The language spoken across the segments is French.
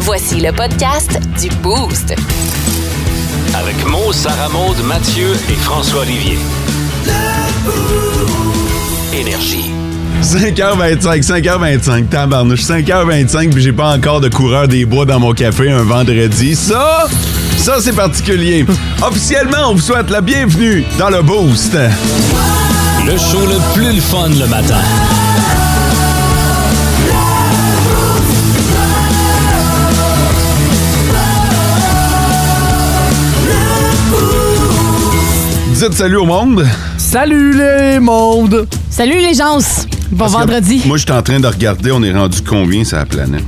Voici le podcast du Boost. Avec Mo, Sarah Maud, Mathieu et François Olivier. Énergie. 5h25, 5h25, tabarnouche, 5h25, puis j'ai pas encore de coureur des bois dans mon café un vendredi. Ça, ça c'est particulier. Officiellement, on vous souhaite la bienvenue dans le Boost. Le show le plus le fun le matin. Dites salut au monde. Salut les mondes! Salut les gens! Bon Parce que vendredi. Moi, je suis en train de regarder, on est rendu combien sur la planète?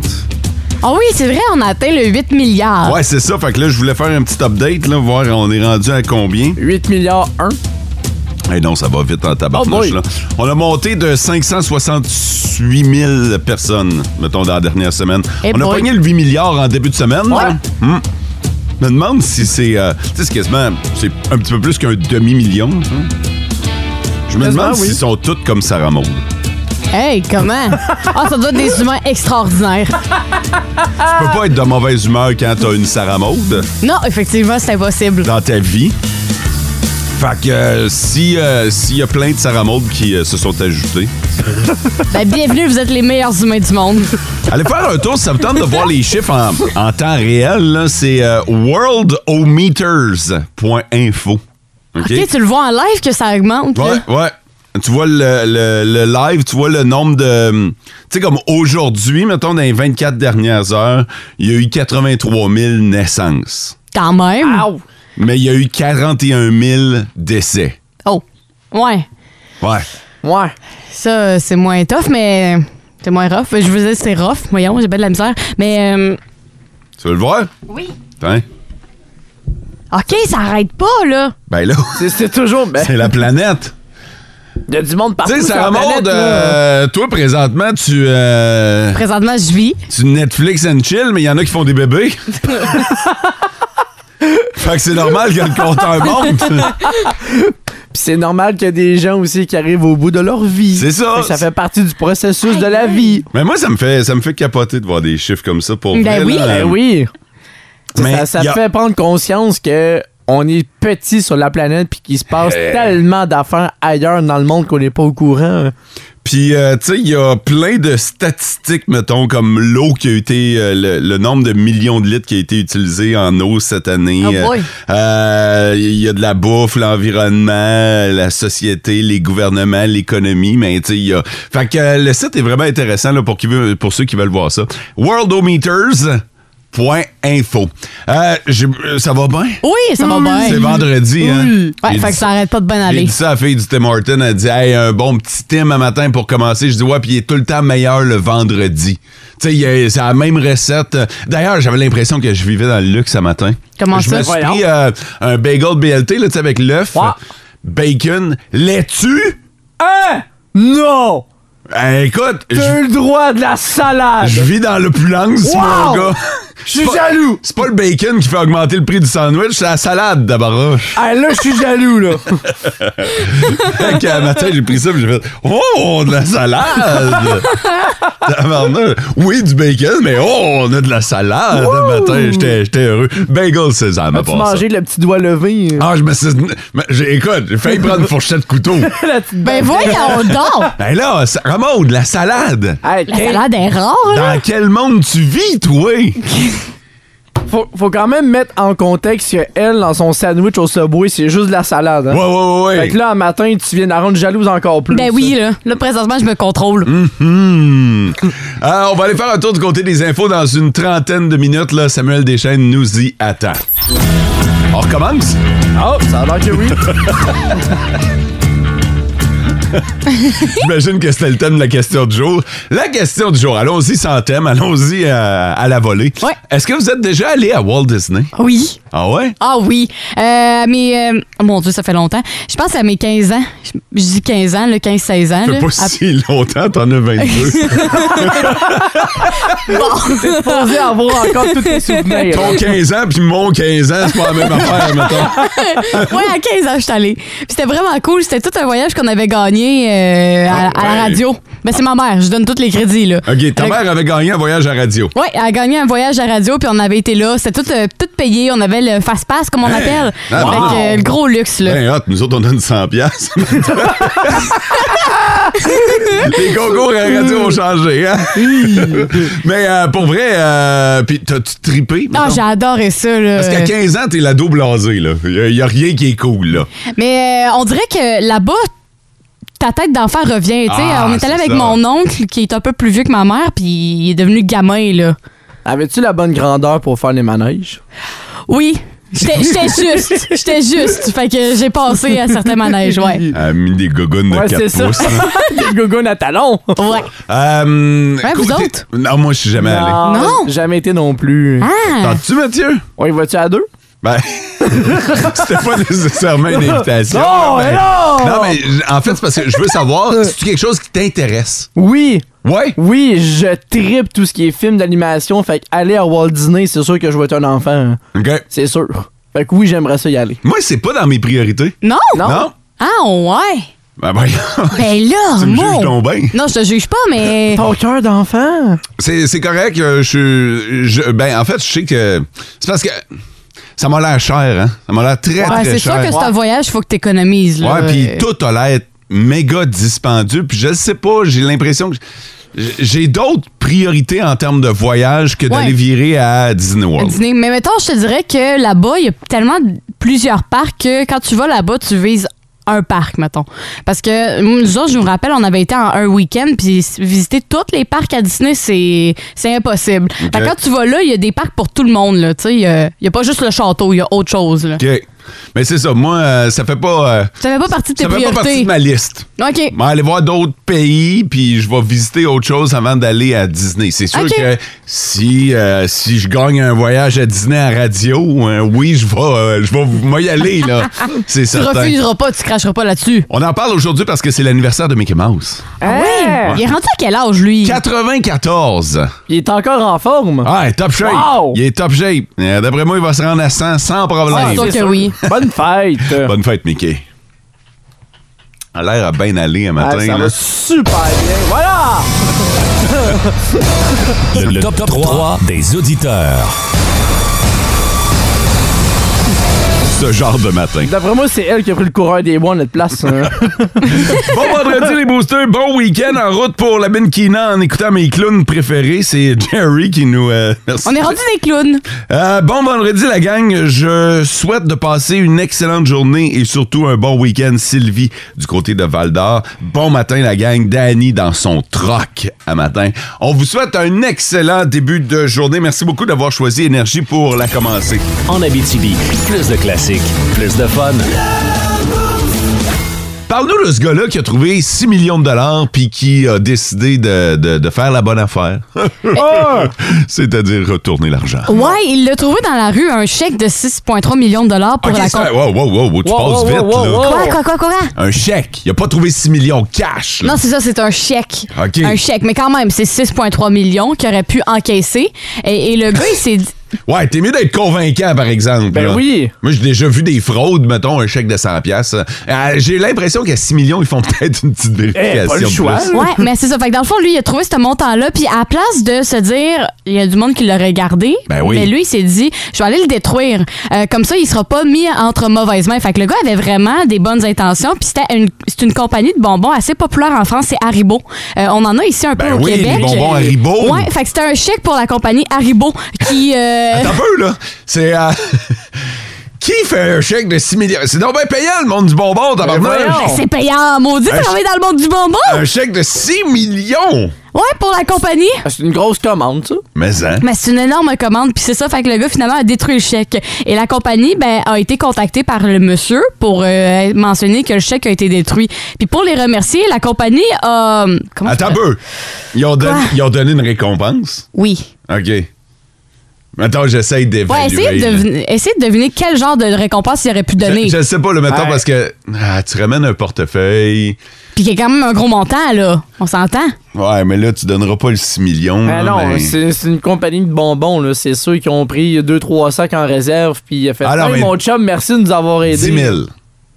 Ah oui, c'est vrai, on a atteint le 8 milliards. Ouais, c'est ça. Fait que là, je voulais faire un petit update, là, voir on est rendu à combien. 8 milliards 1. Eh non, ça va vite en Oh tabarnouche, boy. là. On a monté de 568 000 personnes, mettons, dans la dernière semaine. Eh on a boy. pogné le 8 milliards en début de semaine. là. Hmm. Je me demande si c'est... euh, tu sais, c'est quasiment... C'est un petit peu plus qu'un demi-million. hein. Je me Quasiment, demande oui. s'ils sont tous comme Sarah Maud. Hey, comment? Ah, ça doit être des humains extraordinaires. Tu peux pas être de mauvaise humeur quand t'as une Sarah Maud. Non, effectivement, c'est impossible. dans ta vie. Fait que euh, si euh, s'il y a plein de Sarah Maud qui euh, se sont ajoutés, Ben, bienvenue, vous êtes les meilleurs humains du monde. allez faire un tour si ça vous tente de voir les chiffres en, en temps réel. là, C'est euh, worldometers.info. OK? OK, tu le vois en live que ça augmente. là. Ouais, ouais. Tu vois le, le- le live, tu vois le nombre de. hum, Tu sais, comme aujourd'hui, mettons, dans les 24 dernières heures, il y a eu 83 000 naissances. Quand même. Wow! Mais il y a eu 41 000 décès. Oh. Ouais. Ouais. Ouais. Ça, c'est moins tough, mais. C'est moins rough. Je vous dis, c'est rough. Voyons, j'ai bien de la misère. Mais. euh, Tu veux le voir? Hein? Oui. OK, ça arrête pas, là. Ben là, C'est- C'est toujours. Ben, c'est la planète. il y a du monde partout. Tu sais, sur Ah, la Sarah planète, Maud, là. euh, toi, présentement, tu, euh, Présentement, je vis. tu Netflix and chill, mais il y en a qui font des bébés. fait que c'est normal que le compteur monte. Puis c'est normal qu'il y a des gens aussi qui arrivent au bout de leur vie. C'est ça. Fait que Ça fait partie du processus de la vie. Mais moi, ça me fait, ça me fait capoter de voir des chiffres comme ça pour Ben vrai, oui. là. Ben oui. euh, Mais ça ça y a- fait prendre conscience que on est petit sur la planète puis qu'il se passe Euh. tellement d'affaires ailleurs dans le monde qu'on n'est pas au courant. Puis, euh, tu sais, il y a plein de statistiques, mettons, comme l'eau qui a été, euh, le, le nombre de millions de litres qui a été utilisé en eau cette année. Oh Euh, boy. euh, Il y a de la bouffe, l'environnement, la société, les gouvernements, l'économie. Mais, tu sais, il y a. Fait que euh, le site est vraiment intéressant là, pour, qui veut- pour ceux qui veulent voir ça. Worldometers.info. Euh, j'ai- euh, ça va bien? Oui, ça va bien. Mm. C'est vendredi, hein? Ouais, Il fait dit que ça arrête pas de bien j'ai aller. dit ça à la fille du Tim Horton. Elle dit Hey, un bon petit Tim un matin pour commencer. Je dis Ouais, puis il est tout le temps meilleur le vendredi. Tu sais, il y a- c'est la même recette. D'ailleurs, j'avais l'impression que je vivais dans le luxe ce matin. Comment je ça? me suis Voyons. pris euh, un bagel BLT, là, tu sais, avec l'œuf, Ouais. bacon, laitue. Hein? Non! Eh, écoute, T'as je eu le droit de la salade! je vis dans l'opulence, Wow! mon gars. Je suis C'est pas- jaloux! C'est pas le bacon qui fait augmenter le prix du sandwich, c'est la salade d'abord. Ah, là, je suis jaloux, là. Fait qu'à matin, j'ai pris ça, puis j'ai fait Oh, de la salade! Tabarnak. oui, du bacon, mais oh, on a de la salade! Le matin, j'étais j'étais heureux. Bagel sésame, à As-tu part ça. mangé le petit doigt levé? euh? Ah, je me suis. mais j'ai- Écoute, j'ai failli prendre une fourchette couteau. La petite Ben voyons donc! Ben là, ça- Ramon, de la salade! Hey, La hey, salade est rare, hein? là. Dans quel monde tu vis, toi? faut, faut quand même mettre en contexte que elle, dans son sandwich au Subway, c'est juste de la salade. hein. Ouais, ouais, ouais, Fait ouais. que là, un matin, tu viens de la rendre jalouse encore plus. Ben oui, là. Là, présentement, je me contrôle. Hmm. Euh, on va aller faire un tour du côté des infos dans une trentaine de minutes. Là, Samuel Deschênes nous y attend. On recommence? Oh, ça a l'air que oui. J'imagine que c'était le thème de la question du jour. La question du jour, allons-y sans thème, allons-y euh, à la volée. Ouais. Est-ce que vous êtes déjà allé à Walt Disney? Oui. Ah ouais? Ah oui. Euh, mais, euh, mon Dieu, ça fait longtemps. Je pense à mes 15 ans. Je, je dis 15 ans, le 15-16 ans. Ça là. fait pas À- si longtemps, t'en as 22. Supposé avoir encore tous tes souvenirs. Ton 15 ans puis mon 15 ans, c'est pas la même affaire, mettons. ouais, à 15 ans, je suis allée. Puis c'était vraiment cool. C'était tout un voyage qu'on avait gagné euh, à, Ah, à la ouais. radio. Ben, c'est ma mère. Je donne tous les crédits, là. OK, ta Elle a- mère avait gagné un voyage à radio. Ouais, elle a gagné un voyage à radio, puis on avait été là. C'était tout, euh, tout payé. On avait le fast-pass, comme on appelle. Ah, Fait bon. que, euh, le gros luxe, là. Ben hot, nous autres, on donne 100 piastres. Les concours à la radio ont changé, hein? Mais euh, pour vrai, euh, puis t'as-tu trippé? Ah, mettons? j'ai adoré ça, là. Parce qu'à 15 ans, t'es l'ado blasé, là. Il n'y a, rien qui est cool, là. Mais euh, on dirait que là-bas, ta tête d'enfant revient. tu sais. Ah, on est allé c'est avec ça. mon oncle, qui est un peu plus vieux que ma mère, puis il est devenu gamin, là. Avais-tu la bonne grandeur pour faire les manèges? Oui, j'étais j'étais juste. J'étais juste. Fait que j'ai passé à certains manèges, ouais. Elle a Ah, mis des gogones de Ouais, 4 c'est ça. pouces. Des gogoons à talons! Ouais. Euh, Ouais, vous côté- autres? Non, moi, je suis jamais allé. Non. Jamais été non plus. Ah! T'entends-tu, Mathieu? On y va-tu à deux? Ben, c'était pas nécessairement une invitation. Non, mais- non! Non, mais j- en fait, c'est parce que je veux savoir, Euh. c'est quelque chose qui t'intéresse. Oui! Ouais? Oui, je tripe tout ce qui est film d'animation. Fait que aller à Walt Disney, c'est sûr que je vais être un enfant. hein. OK. C'est sûr. Fait que oui, j'aimerais ça y aller. Moi, c'est pas dans mes priorités. Non? Non. Non? Ah, ouais! Ben, ben, Ben là, tu me mon- juges donc bien. Non, je te juge pas, mais. Ton cœur d'enfant? C'est c'est correct. euh, Je, suis- je- ben, en fait, je sais que. C'est parce que ça m'a l'air cher, hein? Ça m'a l'air très, Ouais, très cher. c'est sûr que c'est un voyage, faut que t'économises, là. euh, Ouais, puis tout a l'air méga dispendieux. Puis je le sais pas, j'ai l'impression que j- j'ai d'autres priorités en termes de voyage que d'aller Ouais. virer à Disney Un World. dîner. Mais mettons, je te dirais que là-bas, il y a tellement d- plusieurs parcs que quand tu vas là-bas, tu vises un parc, mettons. Parce que mm, nous autres, je me rappelle, on avait été en un week-end, puis s- visiter tous les parcs à Disney, c'est c'est impossible. Fait que quand tu vas là, il y a des parcs pour tout le monde, là. Tu sais, il y a, il y a pas juste le château, il y a autre chose, là. OK. Mais c'est ça, moi, euh, ça fait pas. euh, Ça fait pas partie de tes ça fait pas partie priorités. de ma liste. OK. Je vais aller voir d'autres pays, puis je vais visiter autre chose avant d'aller à Disney. C'est sûr Ok. que si, euh, si je gagne un voyage à Disney à radio, euh, oui, je vais, euh, je vais moi y aller, là. C'est Tu certain. refuseras pas, tu cracheras pas là-dessus. On en parle aujourd'hui parce que c'est l'anniversaire de Mickey Mouse. Ah ouais? Il est rendu à quel âge, lui? 94. Il est encore en forme. Ah, il est top shape. Wow! Il est top shape. Euh, D'après moi, il va se rendre à 100 sans Ah, problème. sûr que oui. Bonne fête. Bonne fête, Mickey. A l'air à bien aller un Ah, matin. ça là. va super bien. Voilà! Le, top, 3, des auditeurs. Ce genre de matin. D'après moi, c'est elle qui a pris le coureur des bois à notre place. hein. Bon vendredi les boosters, bon week-end en route pour la Benkina en écoutant mes clowns préférés. C'est Jerry qui nous... euh, merci. On est rendu des clowns. Euh, bon vendredi la gang, je souhaite de passer une excellente journée et surtout un bon week-end Sylvie du côté de Val d'Or. Bon matin la gang, Danny dans son troc à matin. On vous souhaite un excellent début de journée. Merci beaucoup d'avoir choisi Énergie pour la commencer. En Abitibi, plus de classiques, plus de fun. Parle-nous de ce gars-là qui a trouvé 6 millions de dollars puis qui a décidé de, de- de faire la bonne affaire. C'est-à-dire retourner l'argent. Ouais, il l'a trouvé dans la rue, un chèque de 6,3 millions de dollars pour Ok, la c'est- wow, wow, wow, wow, tu Wow, passes wow, vite, wow, là. wow, wow. Quoi, quoi, quoi, quoi? quoi? Un chèque. Il a pas trouvé 6 millions cash. là. Non, c'est ça, c'est un chèque. OK. Un chèque, mais quand même, c'est 6,3 millions qu'il aurait pu encaisser. Et, et le gars, il s'est dit. Ouais, t'es mieux d'être convaincant, par exemple. Ben là. oui. Moi, j'ai déjà vu des fraudes, mettons, un chèque de 100 pièces. j'ai l'impression qu'à 6 millions, ils font peut-être une petite vérification. Eh, pas le de choix. plus. Ouais, mais c'est ça. Fait que dans le fond, lui, il a trouvé ce montant-là. Puis à la place de se dire, il y a du monde qui l'aurait gardé. Ben oui. Mais lui, il s'est dit, je vais aller le détruire. Euh, comme ça, il sera pas mis entre mauvaises mains. Fait que le gars avait vraiment des bonnes intentions. Puis c'était une, c'est une compagnie de bonbons assez populaire en France, c'est Haribo. Euh, on en a ici un Ben peu au oui, les Québec. bonbons Haribo. Ouais, fait que c'était un chèque pour la compagnie Haribo qui. euh, Attends un peu, là. C'est. euh, Qui fait un chèque de 6 millions? C'est donc bien payant, le monde du bonbon, tabarnak! voyons. Ben, c'est payant, maudit, Un travailler dans le monde du bonbon. Un chèque de 6 millions! Ouais, pour la compagnie. Ah, C'est une grosse commande, ça. Mais hein? Mais c'est une énorme commande, puis c'est ça, fait que le gars finalement a détruit le chèque. Et la compagnie ben, a été contactée par le monsieur pour euh, mentionner que le chèque a été détruit. Puis pour les remercier, la compagnie a... euh, comment Attends ça un s'appelle? peu. Ils ont, donné, Quoi? ils ont donné une récompense? Oui. OK. Attends, j'essaye d'évaluer. Ouais, essayez de, là. deviner, essayez de deviner quel genre de récompense il aurait pu donner. Je, je sais pas, le mettons, Ouais. parce que ah, tu ramènes un portefeuille. Puis qui est quand même un gros montant, là. On s'entend? Ouais, mais là, tu donneras pas le 6 millions. Ben là, non, Ah, mais- c'est c'est une compagnie de bonbons, là. C'est ceux qui ont pris 2-3 sacs en réserve, puis il a fait Ah non, Hey, mais- mon chum, merci de nous avoir 10 aidés. 000.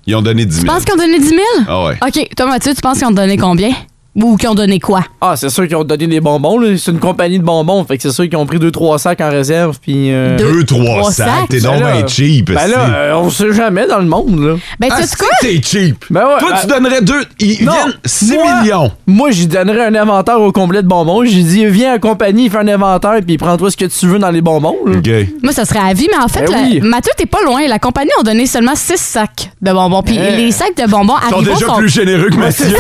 Ils ont donné 10 Tu 000. penses qu'on donnait 10 000? Ah ouais. OK. Toi, Mathieu, tu penses qu'on donnait combien? Ou qui ont donné quoi? Ah, c'est sûr qu'ils ont donné des bonbons, là. C'est une compagnie de bonbons. Fait que c'est sûr qu'ils ont pris 2-3 sacs en réserve, puis. euh, Deux, Deux, trois trois sacs. sacs. T'es ben donc là, bien cheap. Ben esti. là, euh, on sait jamais dans le monde, là. Ben, Ah, tu si sais quoi? t'es cheap. Ben ouais, Toi, ben- tu donnerais deux. Ils Non, viennent 6 moi- millions. Moi, j'y donnerais un inventaire au complet de bonbons. J'ai dit, viens à la compagnie, fais un inventaire, puis prends-toi ce que tu veux dans les bonbons. là. OK. Moi, ça serait à vie, mais en fait, Ben la- oui. Mathieu, t'es pas loin. La compagnie a donné seulement six sacs de bonbons. Puis Eh. les sacs de bonbons Ils sont arrivent déjà plus généreux que Mathieu.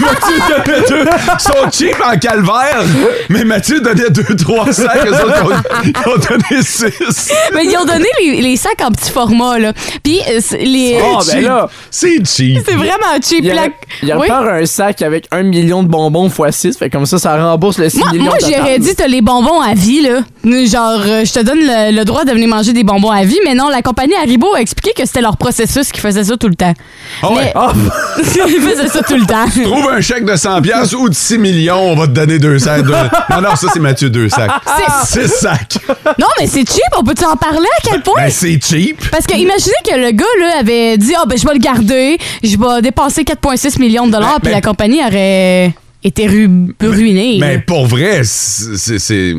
Mathieu donnait deux. Ils sont cheap en calvaire. Mais Mathieu donnait deux, trois sacs. Eux autres, ils ont- ils ont donné six. Mais ils ont donné les, les sacs en petit format, là. Puis euh, c'est- les. Ah, C'est ben cheap. là. C'est cheap. C'est vraiment cheap. Il y a, la- il y a Oui. part un sac avec un million de bonbons x 6, fait comme ça, ça rembourse le 6 Moi, millions. moi total. j'aurais dit, t'as les bonbons à vie, là. Genre, euh, je te donne le, le droit de venir manger des bonbons à vie, mais non, la compagnie Haribo a expliqué que c'était leur processus qui faisait ça tout le temps. Ah ouais. Mais- Ah, Ils faisaient ça tout le temps. Trouve un chèque de 100 pièces ou de 6 millions, on va te donner deux sacs. de- Non, non, ça, c'est Mathieu, deux sacs. Ah, C'est- Six sacs. Non, mais c'est cheap, on peut en parler à quel point? Ben, c'est cheap. Parce que imaginez que le gars là, avait dit Ah ben je vais le garder, je vais dépenser 4,6 millions de dollars, Mais- puis la mais- compagnie aurait été ru- Ben, ruinée. Mais pour vrai, c'est- c'est. c'est-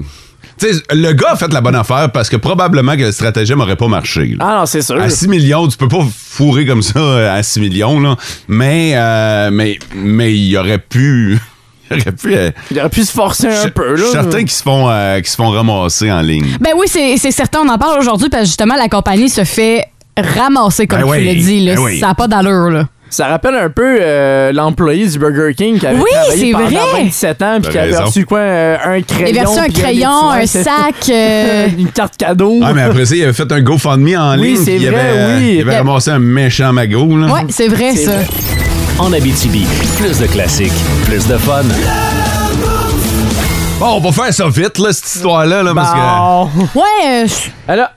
Tu sais, le gars a fait la bonne affaire parce que probablement que le stratagème n'aurait pas marché. là. ah non, c'est sûr. À 6 millions, tu peux pas fourrer comme ça euh, à 6 millions, là. Mais, euh, mais, mais il aurait pu. Il aurait pu. euh, Il aurait pu se forcer un je- peu, je là. suis certain qu'ils se, font, euh, qu'ils se font ramasser en ligne. Ben oui, c'est c'est certain, on en parle aujourd'hui parce que justement la compagnie se fait ramasser, comme Ben tu oui, l'as dit. Là. ben oui. Ça n'a pas d'allure. là. Ça rappelle un peu euh, l'employé du Burger King qui avait Oui, travaillé c'est pendant vrai. 27 ans, T'as puis qui avait raison. reçu quoi, euh, un crayon. Il a versé un puis crayon, un étudiant, sac. euh, une carte cadeau. Ah, mais après ça, il avait fait un GoFundMe en Oui, ligne. c'est puis il vrai, avait, oui. Ben, Il avait Yep. ramassé un méchant magot, là. Ouais, c'est vrai C'est ça. vrai. En Abitibi, plus de classiques, plus de fun. Bon, on va faire ça vite, là, cette histoire-là, là, parce que. Bon. Ouais, euh, je- Alors,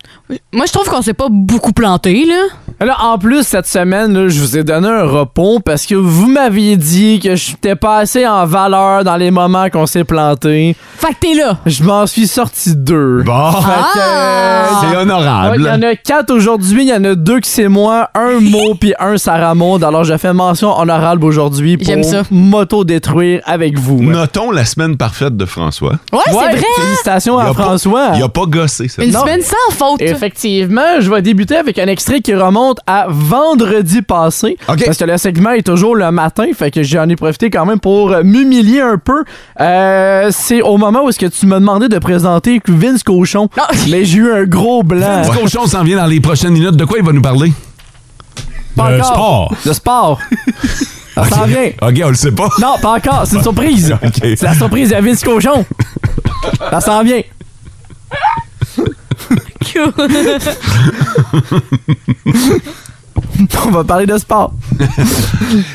moi je trouve qu'on s'est pas beaucoup planté là. Là, en plus, cette semaine, là, je vous ai donné un repos parce que vous m'aviez dit que je n'étais pas assez en valeur dans les moments qu'on s'est planté. Fait que t'es là. Je m'en suis sorti deux. Bon, Fait que, Ah! c'est euh, ouais, honorable. Il y en a quatre aujourd'hui, il y en a deux que c'est moi, un mot puis un Sarah Maud. Alors je fais mention honorable aujourd'hui pour J'aime ça. m'auto-détruire avec vous. Notons la semaine parfaite de François. Ouais, Ouais, c'est vrai. Félicitations Il à a pas- François. Il a pas gossé, ça. Une Non. semaine sans faute. Effectivement, je vais débuter avec un extrait qui remonte à vendredi passé. OK. Parce que le segment est toujours le matin, fait que j'en ai profité quand même pour euh, m'humilier un peu. Euh, c'est au moment où est-ce que tu m'as demandé de présenter Vince Cochon. Mais j'ai eu un gros blanc. Ah! Vince Cochon s'en vient dans les prochaines minutes. De quoi il va nous parler? Euh, Pas Le encore. sport. Le sport. Ça s'en vient. OK, on le sait pas. Non, pas encore. C'est une surprise. OK. C'est la surprise de Vince Cochon. Ça s'en vient. On va parler de sport.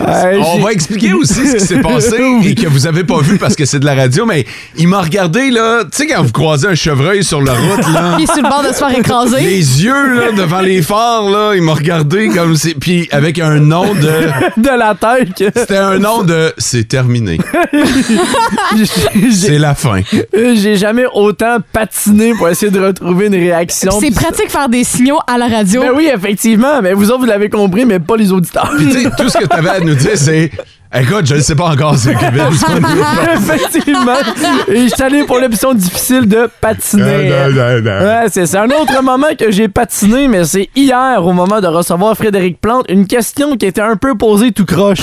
Euh, On j'ai- va expliquer aussi ce qui s'est passé et que vous avez pas vu parce que c'est de la radio, mais il m'a regardé, là. Tu sais, quand vous croisez un chevreuil sur la route, là. Il est sur le bord de se faire écraser. Les yeux, là, devant les phares, là, il m'a regardé comme si. Puis avec un nom de. de la tête que C'était un nom de. C'est terminé. j'ai- j'ai- C'est la fin. euh, j'ai jamais autant patiné pour essayer de retrouver une réaction. C'est pratique faire des signaux à la radio. Ben oui, effectivement, mais vous autres, vous l'avez compris, mais pas les auditeurs. Puis, tu sais, tout ce que tu avais à nous dire, c'est. Écoute, je ne sais pas encore ce que Vince va nous Effectivement. Et je suis allé pour l'option difficile de patiner. Euh, Non, non, non, non. Ouais, c'est ça. Un autre moment que j'ai patiné, mais c'est hier, au moment de recevoir Frédéric Plante, une question qui était un peu posée tout croche.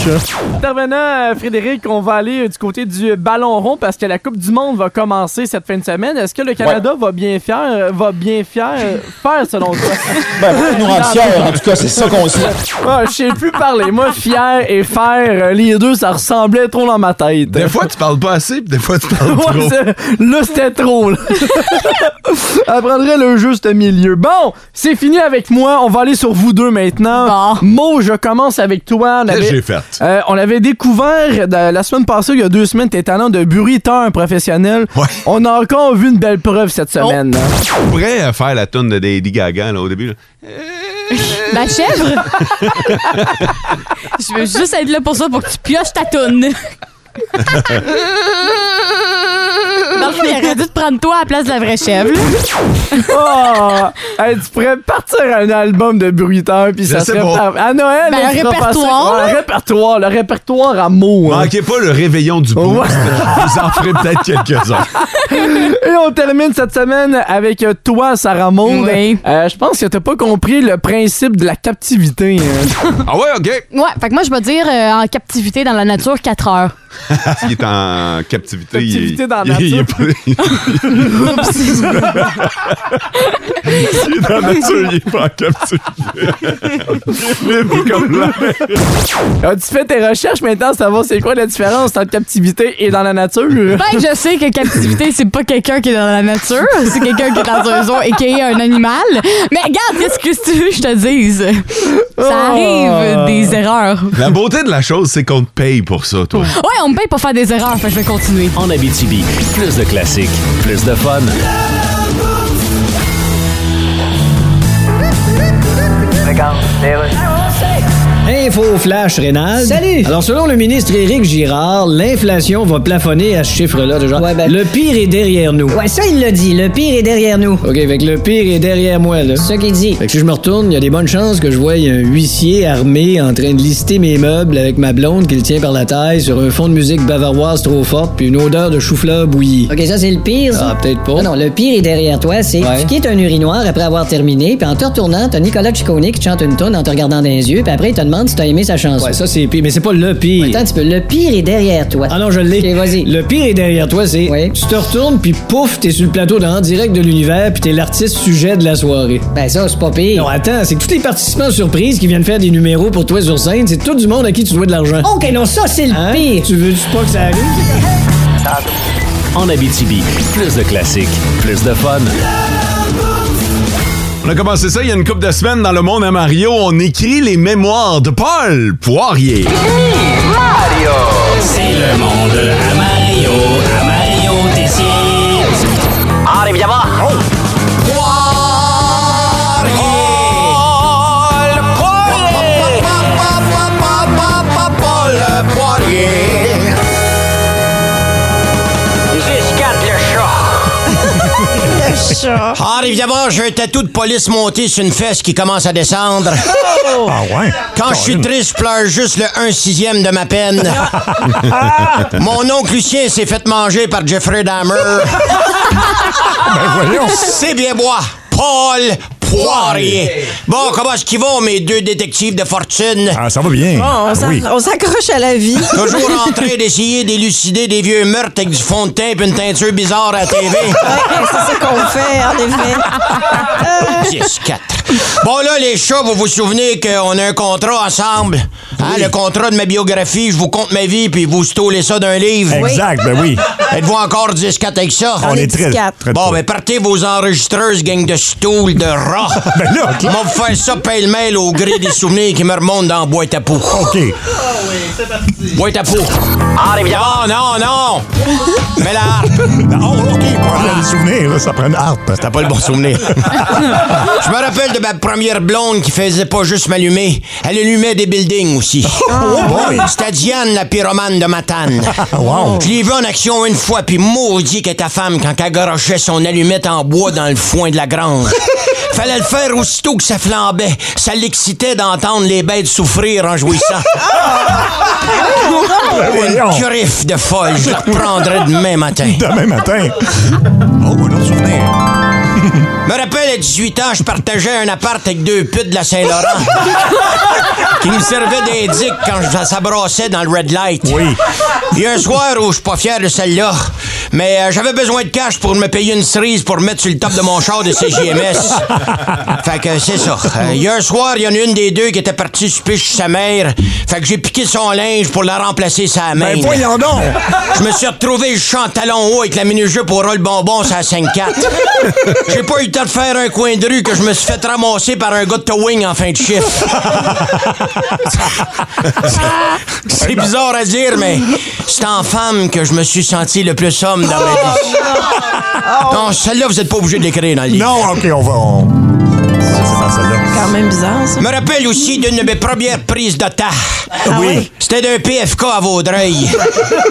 Intervenant, euh, Frédéric, on va aller euh, du côté du ballon rond parce que la Coupe du Monde va commencer cette fin de semaine. Est-ce que le Canada va bien faire, euh, va bien faire, faire selon toi? Ben, nous rendre fiers. En tout cas, c'est ça qu'on souhaite. Ah, je sais plus parler. Moi, fier et faire, euh, les deux, ça ressemblait trop dans ma tête. Des fois, tu parles pas assez, puis des fois, tu parles Ouais, trop. c'est- là, c'était trop. Là. Apprendrait le juste milieu. Bon, c'est fini avec moi. On va aller sur vous deux maintenant. Bon. Mo, je commence avec toi. On Qu'est-ce que avait, j'ai fait? euh, on avait découvert de- la semaine passée, il y a deux semaines, tes talents de burriteur professionnel. Ouais. On a encore vu une belle preuve cette semaine. hein. prêt à euh, faire la tonne de Lady Gaga là, au début. là. La chèvre? Je veux juste être là pour ça, pour que tu pioches ta toune. Dans le fond, il aurait dû te prendre toi à la place de la vraie chèvre. là. Oh! Hey, tu pourrais partir un album de bruiteurs, puis ça sais serait pas. par- à Noël. Ben, on le fera pas ça. répertoire, Ouais, le répertoire, le répertoire à mots. hein. Manquez pas le réveillon du boost. Ouais. Vous en ferez peut-être quelques-uns. Et on termine cette semaine avec euh, toi, Sarah Maud. Oui. Euh, je pense que t'as pas compris le principe de la captivité. hein. Ah ouais, OK. Ouais, fait que moi, je vais dire euh, en captivité dans la nature 4 heures. Il est en captivité. il est- Captivité dans la il est- il est nature. pas- Il est dans la nature, il est pas en captivité. Il est plus comme là. As-tu fait tes recherches maintenant, savoir c'est quoi la différence entre captivité et dans la nature? Ben, je sais que captivité, c'est pas quelqu'un qui est dans la nature, c'est quelqu'un qui est dans un zoo et qui est un animal. Mais regarde, qu'est-ce que tu veux que je te dise? Ça arrive, Oh. des erreurs. La beauté de la chose, c'est qu'on te paye pour ça, toi. Ouais, on me paye pour faire des erreurs, fait que je vais continuer. En Abitibi, plus de classiques, plus de fun. Info flash rénal. Salut! Alors, selon le ministre Éric Girard, l'inflation va plafonner à ce chiffre-là. Déjà. ben- le pire est derrière nous. Ouais, ça, il l'a dit. Le pire est derrière nous. OK, fait que le pire est derrière moi, là. C'est ce qu'il dit. Fait que si je me retourne, il y a des bonnes chances que je voie un huissier armé en train de lister mes meubles avec ma blonde qu'il tient par la taille sur un fond de musique bavaroise trop forte puis une odeur de chou-fleur bouilli. OK, ça, c'est le pire, ça. Ah, peut-être pas. Non, non, le pire est derrière toi, c'est Ouais. tu quittes un urinoir après avoir terminé, puis en te retournant, t'as Nicolas Ciccone qui te chante une tonne en te regardant dans les yeux, puis après, il te demande si t'as aimé sa chanson. Ouais, ça, c'est pire. Mais c'est pas le pire. Attends un petit peu, le pire est derrière toi. Ah non, je l'ai. Ok, vas-y. Le pire est derrière toi, c'est. Oui. Tu te retournes, puis pouf, t'es sur le plateau d'en direct de l'univers, puis t'es l'artiste sujet de la soirée. Ben ça, c'est pas pire. Non, attends, c'est que tous les participants surprises qui viennent faire des numéros pour toi sur scène, c'est tout du monde à qui tu dois de l'argent. OK, non, ça, c'est le Hein? pire. Tu veux-tu pas que ça arrive? En Abitibi, plus de classiques, plus de fun. On a commencé ça il y a une couple de semaines dans Le Monde à Mario. On écrit les mémoires de Paul Poirier. C'est le monde à Mario, à Mario Henri Viabra, Ah, j'ai un tatou de police monté sur une fesse qui commence à descendre. Ah ouais? Quand je suis triste, je pleure juste le 1 sixième de ma peine. Mon oncle Lucien s'est fait manger par Jeffrey Dahmer. C'est bien bois. Paul Poirier. Bon, comment est-ce qu'ils vont, mes deux détectives de fortune? Ah, ça va bien. Ah, oui. s'accroche à la vie. Toujours en train d'essayer d'élucider des vieux meurtres avec du fond de teint et une teinture bizarre à la TV. c'est ça qu'on fait, en effet. 10, 4. Ah, Bon, là, les chats, vous vous souvenez qu'on a un contrat ensemble. Hein, le contrat de ma biographie, je vous compte ma vie, puis vous stolez ça d'un livre. Exact, ben oui. Êtes-vous encore 10, 4 avec ça? On, est très, quatre. très Bon, ben partez vos enregistreuses, gang de stools, de rats. Ben là, OK. On va vous faire ça pêle-mêle au gré des souvenirs qui me remontent dans la boîte à poux. OK. Boîte à poux. Ah, non, non! Mais la harpe. Non, OK. Pour avoir des souvenirs, là, ça prend une harpe. T'as pas le bon souvenir. Je me rappelle de ma première blonde qui faisait pas juste m'allumer. Elle allumait des buildings aussi. Oh, Oh, boy. C'était Diane, la pyromane de Matane. wow. Je l'ai vue en action une fois, puis maudit que ta femme quand elle garochait son allumette en bois dans le foin de la grange. Fallait le faire aussitôt que ça flambait. Ça l'excitait d'entendre les bêtes souffrir en jouissant. Ah, voyons. Une griffe de folle, je la reprendrai demain matin. Demain matin. Oh, un autre souvenir. Me rappelle, à 18 ans, je partageais un appart avec deux putes de la Saint-Laurent qui me servaient d'indic quand je s'abrassais dans le red light. Oui. Il y a un soir où je suis pas fier de celle-là, mais euh, j'avais besoin de cash pour me payer une cerise pour mettre sur le top de mon char de CJMS. fait que c'est ça. Euh, Il y a un soir, il y en a une des deux qui était partie souper chez sa mère. Fait que j'ai piqué son linge pour la remplacer sa main. Ben voyons donc. Je me suis retrouvé le chant talon haut avec la mini-jupe au rôle bonbon sur la 5-4. J'ai pas eu le temps de faire un coin de rue que je me suis fait ramasser par un gars de towing en fin de chiffre. C'est bizarre à dire, mais c'est en femme que je me suis senti le plus homme dans ma vie. Non, celle-là, vous êtes pas obligé de l'écrire dans le livre. Non, OK, on va... On... C'est pas celle-là. Quand même bizarre, ça. me rappelle aussi d'une de mes premières prises d'otage. oui. C'était d'un PFK à Vaudreuil.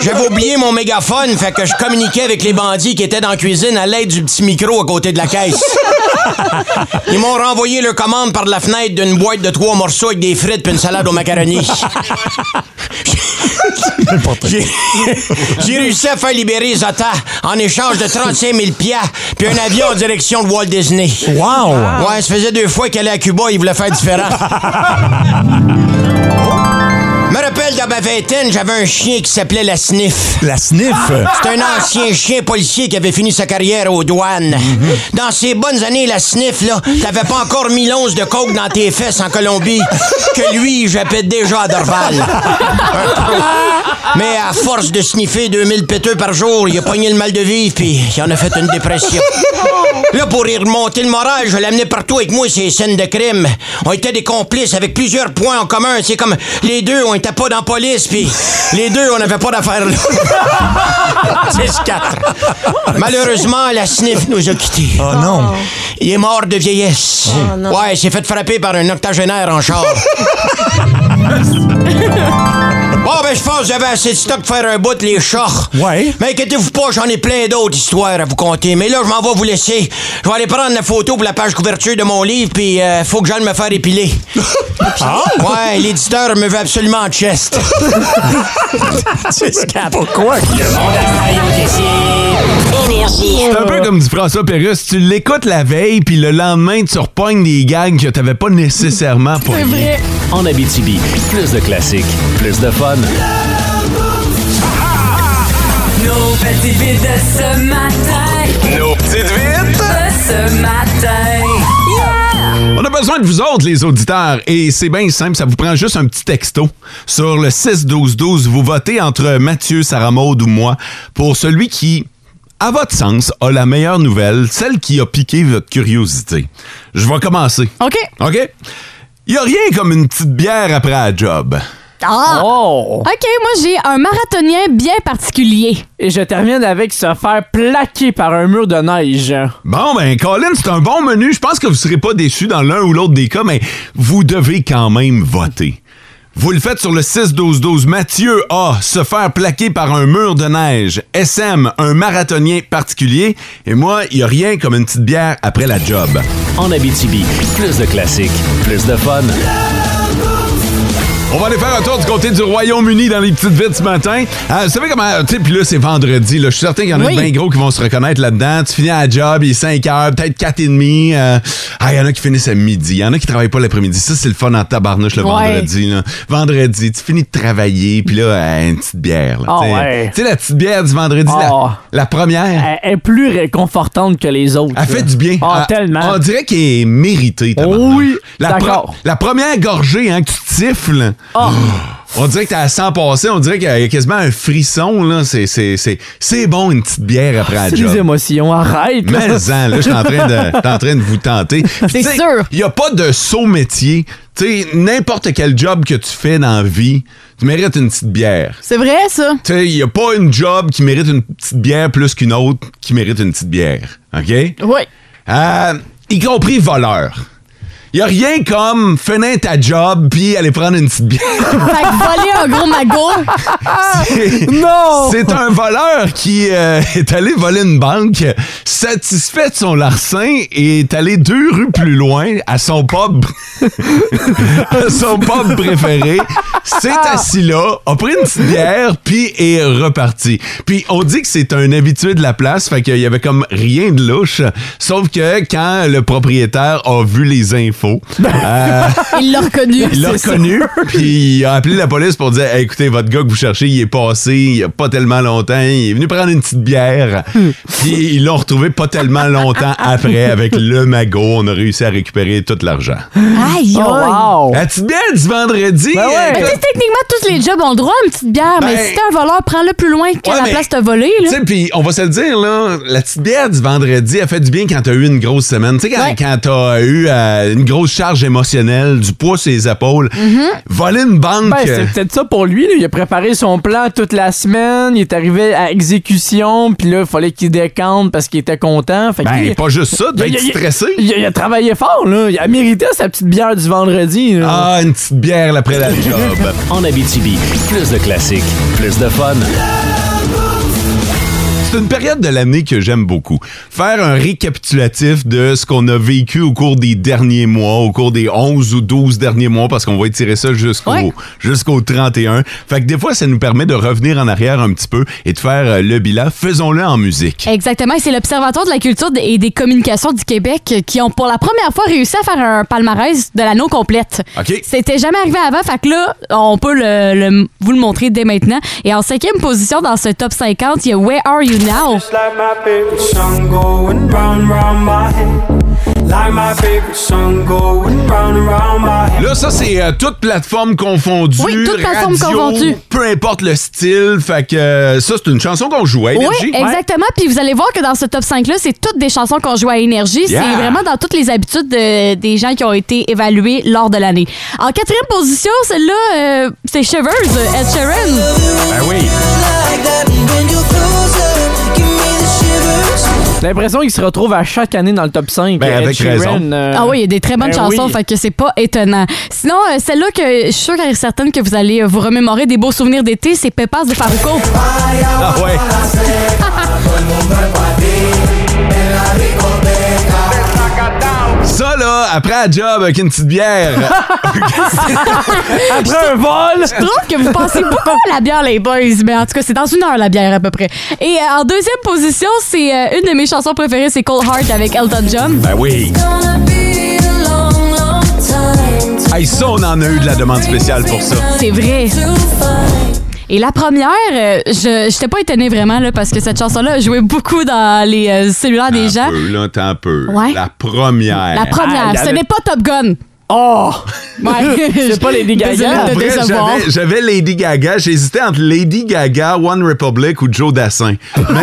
J'avais oublié mon mégaphone, fait que je communiquais avec les bandits qui étaient dans la cuisine à l'aide du petit micro à côté de la caisse. Ils m'ont renvoyé leur commande par la fenêtre d'une boîte de trois morceaux avec des frites puis une salade aux macaroni. J'ai- J'ai réussi à faire libérer Zota en échange de 35 000 piastres puis un avion en direction de Walt Disney. Wow! Ouais, ça faisait deux fois qu'elle allait à Cuba, il voulait faire différent. Me rappelle dans ma vingtaine, j'avais un chien qui s'appelait la Sniff. La Sniff? C'est un ancien chien policier qui avait fini sa carrière aux douanes. Dans ses bonnes années, la Sniff, là, t'avais pas encore mis l'once de coke dans tes fesses en Colombie, que lui, j'appelle déjà à Dorval. Mais à force de sniffer 2000 péteux par jour, il a pogné le mal de vivre, puis il en a fait une dépression. Là, pour y remonter le moral, je l'amenais partout avec moi, ces scènes de crime. On était des complices avec plusieurs points en commun. C'est comme les deux, on était pas dans la police, puis les deux, on n'avait pas d'affaires là. 6-4. Malheureusement, la sniff nous a quittés. Oh non. Ah, Il est mort de vieillesse. ouais, il s'est fait frapper par un octogénaire en char. Bon, ben, je pense que j'avais assez de stock pour faire un bout les chats. Ouais. Mais inquiétez-vous pas, j'en ai plein d'autres histoires à vous conter. Mais là, je m'en vais vous laisser. Je vais aller prendre la photo pour la page couverture de mon livre, puis euh, faut que j'aille me faire épiler. ah? Ouais, l'éditeur me veut absolument en chest. Pourquoi? Énergie. C'est un peu comme du François Pérusse. Tu l'écoutes la veille, puis le lendemain, tu repognes des gags que t'avais pas nécessairement pour. En Abitibi, plus de classiques, plus de fun. Nos petites vites de ce matin. Nos petites vites de ce matin. Yeah! On a besoin de vous autres, les auditeurs, et c'est bien simple, ça vous prend juste un petit texto. Sur le 6-12-12, vous votez entre Mathieu, Sarah Maud ou moi pour celui qui, à votre sens, a la meilleure nouvelle, celle qui a piqué votre curiosité. Je vais commencer. OK. OK? Il a rien comme une petite bière après la job. Ah! Oh. OK, moi, j'ai un marathonien bien particulier. Et je termine avec se faire plaquer par un mur de neige. Bon, ben, Colin, c'est un bon menu. Je pense que vous serez pas déçus dans l'un ou l'autre des cas, mais vous devez quand même voter. Vous le faites sur le 6-12-12. Mathieu A. Se faire plaquer par un mur de neige. SM. Un marathonien particulier. Et moi, il a rien comme une petite bière après la job. En Abitibi, plus de classiques, plus de fun. On va aller faire un tour du côté du Royaume-Uni dans les petites vites ce matin. Euh, vous savez comment. Tu sais, puis là, c'est vendredi. là. Je suis certain qu'il y en a Oui. de bien gros qui vont se reconnaître là-dedans. Tu finis à la job, il est 5 heures, peut-être 4 et demi. euh, ah, il y en a qui finissent à midi. Il y en a qui travaillent pas l'après-midi. Ça, c'est le fun en tabarnouche le Ouais. vendredi. là. Vendredi, tu finis de travailler, puis là, euh, une petite bière. là, Ah tu sais. ouais. Tu sais, la petite bière du vendredi, la- Ah. la, première. Elle est plus réconfortante que les autres. Elle fait du bien. Ah, Elle- tellement. On dirait qu'elle est méritée. Oui, la, d'accord. Ah. la première gorgée hein, que tu siffles, on dirait que t'as sans passer, on dirait qu'il y a quasiment un frisson. là. C'est- C'est c'est- c'est bon une petite bière après la C'est job. des émotions, arrête. Mais en, là, je suis en train de, t'es en train de vous tenter. Puis, C'est tu sais, sûr. Il n'y a pas de saut métier. Tu sais, n'importe quel job que tu fais dans la vie, tu mérites une petite bière. C'est vrai, ça? Tu sais, il n'y a pas une job qui mérite une petite bière plus qu'une autre qui mérite une petite bière. OK? Oui. Euh, y compris voleur. Il n'y a rien comme finir ta job puis aller prendre une petite bière. Fait que voler un gros magot. Oh! non! C'est un voleur qui euh, est allé voler une banque, satisfait de son larcin et est allé deux rues plus loin à son pub, à son pub préféré. S'est assis là, a pris une petite bière, puis est reparti. Puis on dit que c'est un habitué de la place, fait qu'il y avait comme rien de louche. Sauf que quand le propriétaire a vu les infos, euh, Il l'a reconnu. il l'a c'est reconnu, sûr. puis il a appelé la police pour dire Hey, écoutez, votre gars que vous cherchez, il est passé il y a pas tellement longtemps, il est venu prendre une petite bière. Hmm. puis ils l'ont retrouvé pas tellement longtemps après avec le magot. On a réussi à récupérer tout l'argent. Aïe, Oh, Oh, aïe. La petite bière du vendredi. Ben euh, Mais tu sais, techniquement, tous les jobs ont le droit à une petite bière, mais si t'es un voleur, prends-le plus loin qu'à Ben, Ouais, la mais- place de voler. Tu Là. sais, puis on va se le dire, là, la petite bière du vendredi, elle fait du bien quand t'as eu une grosse semaine. Tu sais, quand, quand t'as eu euh, une grosse charge émotionnelle, du poids sur les épaules. Voler une banque. Mm-hmm. euh, Ben, c'est peut-être ça pour lui. là. Il a préparé son plan toute la semaine. Il est arrivé à exécution. Puis là, il fallait qu'il décante parce qu'il était content. Fait que Ben, lui, pas juste ça, il a- d'être il a- stressé. Il a, il a travaillé fort. Là. Il a mérité sa petite bière du vendredi. Ah, une petite bière l'après la job. en Abitibi, plus de classiques, plus de fun. C'est une période de l'année que j'aime beaucoup. Faire un récapitulatif de ce qu'on a vécu au cours des derniers mois, au cours des 11 ou 12 derniers mois, parce qu'on va étirer ça jusqu'au jusqu'au 31. Fait que des fois, ça nous permet de revenir en arrière un petit peu et de faire euh, le bilan. Faisons-le en musique. Exactement. Et C'est l'Observatoire de la culture et des communications du Québec qui ont pour la première fois réussi à faire un palmarès de l'anneau complète. OK. C'était jamais arrivé avant. Fait que là, on peut le, le- vous le montrer dès maintenant. Et en cinquième position dans ce top 50, il y a Where Are You Now? Just like my favorite song going round round my head. Like my favorite song going round and round my head. Là, ça, c'est euh, toute plateforme confondue. Oui, toute plateforme radio, confondue. Peu importe le style. Fait que euh, ça, c'est une chanson qu'on hein, jouait. Oui, exactement. Puis vous allez voir que dans ce top 5-là, c'est toutes des chansons qu'on joue à Énergie. Yeah. C'est vraiment dans toutes les habitudes de- des gens qui ont été évalués lors de l'année. En quatrième position, celle-là, euh, c'est Shivers, euh, Ed Sheeran. Ben oui. J'ai l'impression qu'il se retrouve à chaque année dans le top 5. Ben, Ed avec Sheeran, raison. euh, Ah oui, il y a des très bonnes ben chansons, oui. fait que c'est pas étonnant. Sinon, euh, celle-là que je suis sûre et certaine que vous allez euh, vous remémorer des beaux souvenirs d'été, c'est Pépaz de Farouko. Ah ouais. Ça, là, après la job avec une petite bière. euh, Après un vol! Je trouve que vous pensez beaucoup à la bière, les boys, mais en tout cas, c'est dans une heure, la bière, à peu près. Et euh, en deuxième position, c'est euh, une de mes chansons préférées, c'est Cold Heart avec Elton John. ben oui. Hey, ça, on en a eu de la demande spéciale pour ça. C'est vrai. Et la première, euh, je n'étais pas étonnée vraiment, là, parce que cette chanson-là jouait beaucoup dans les euh, cellulaires des gens. Un peu, là, t'as un peu. Ouais. La première. La Ah, première, ce n'est pas Top Gun. Oh! Ouais. C'est pas Lady Gaga. Désolée de te Pour vrai, décevoir. j'avais- J'avais Lady Gaga. J'hésitais entre Lady Gaga, One Republic ou Joe Dassin. Mais, euh,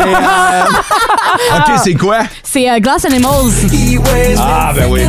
OK, c'est quoi? C'est euh, Glass Animals. Ah, ben oui.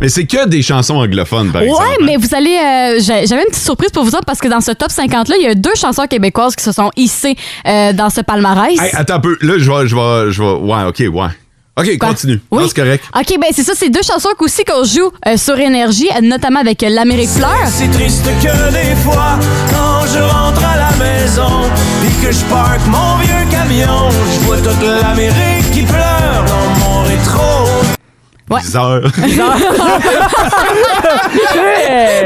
Mais c'est que des chansons anglophones, par exemple. hein? Ouais, mais vous allez. euh, j'a- J'avais une petite surprise pour vous autres parce que dans ce top 50-là, il y a deux chansons québécoises qui se sont hissées euh, dans ce palmarès. Hey, attends un peu. Là, je vais. Je vais, je vais ouais, OK, ouais. OK, continue. Ben, Oui. Non, c'est correct. OK, ben c'est ça, c'est deux chansons aussi qu'on joue euh, sur Énergie, euh, notamment avec euh, L'Amérique pleure. C'est triste que des fois, quand je rentre à la maison, puis que je parque mon vieux camion, je vois toute l'Amérique qui pleure dans mon rétro. Ouais. Bizarre.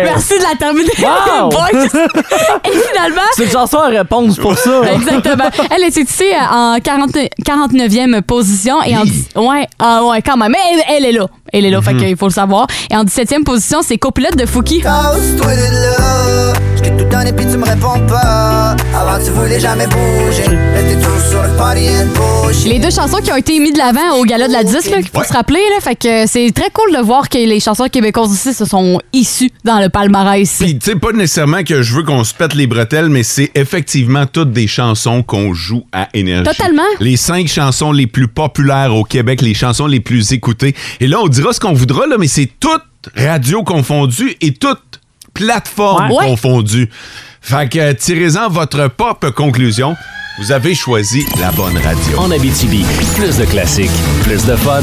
Merci de la terminer. Wow! Boys. Et finalement. C'est une chanson à réponse pour ça. Exactement. Elle est ici euh, en 40 49e position. Et en, dix- ouais, ah ouais, quand même. Mais elle, elle est là. Elle est là, Mhm. fait qu'il faut le savoir. Et en 17e position, c'est Copulette de Fouki. Toi de là, je t'ai tout donné puis tu me réponds pas. Avant tu voulais jamais bouger, là t'es toujours sur le party and bullshit. Les deux chansons qui ont été mises de l'avant au gala de la 10, là, qu'il faut se rappeler, là, fait que c'est très cool de voir que les chansons québécoises aussi se sont issues dans le palmarès. Puis, tu sais, pas nécessairement que je veux qu'on se pète les bretelles, mais c'est effectivement toutes des chansons qu'on joue à énergie. Totalement. Les cinq chansons les plus populaires au Québec, les chansons les plus écoutées. Et là, on dira ce qu'on voudra, là, mais c'est toutes radio confondues et toutes plateformes Ouais. Ouais. confondues. Fait que euh, tirez-en votre propre conclusion. Vous avez choisi la bonne radio. En Abitibi, plus de classiques, plus de fun.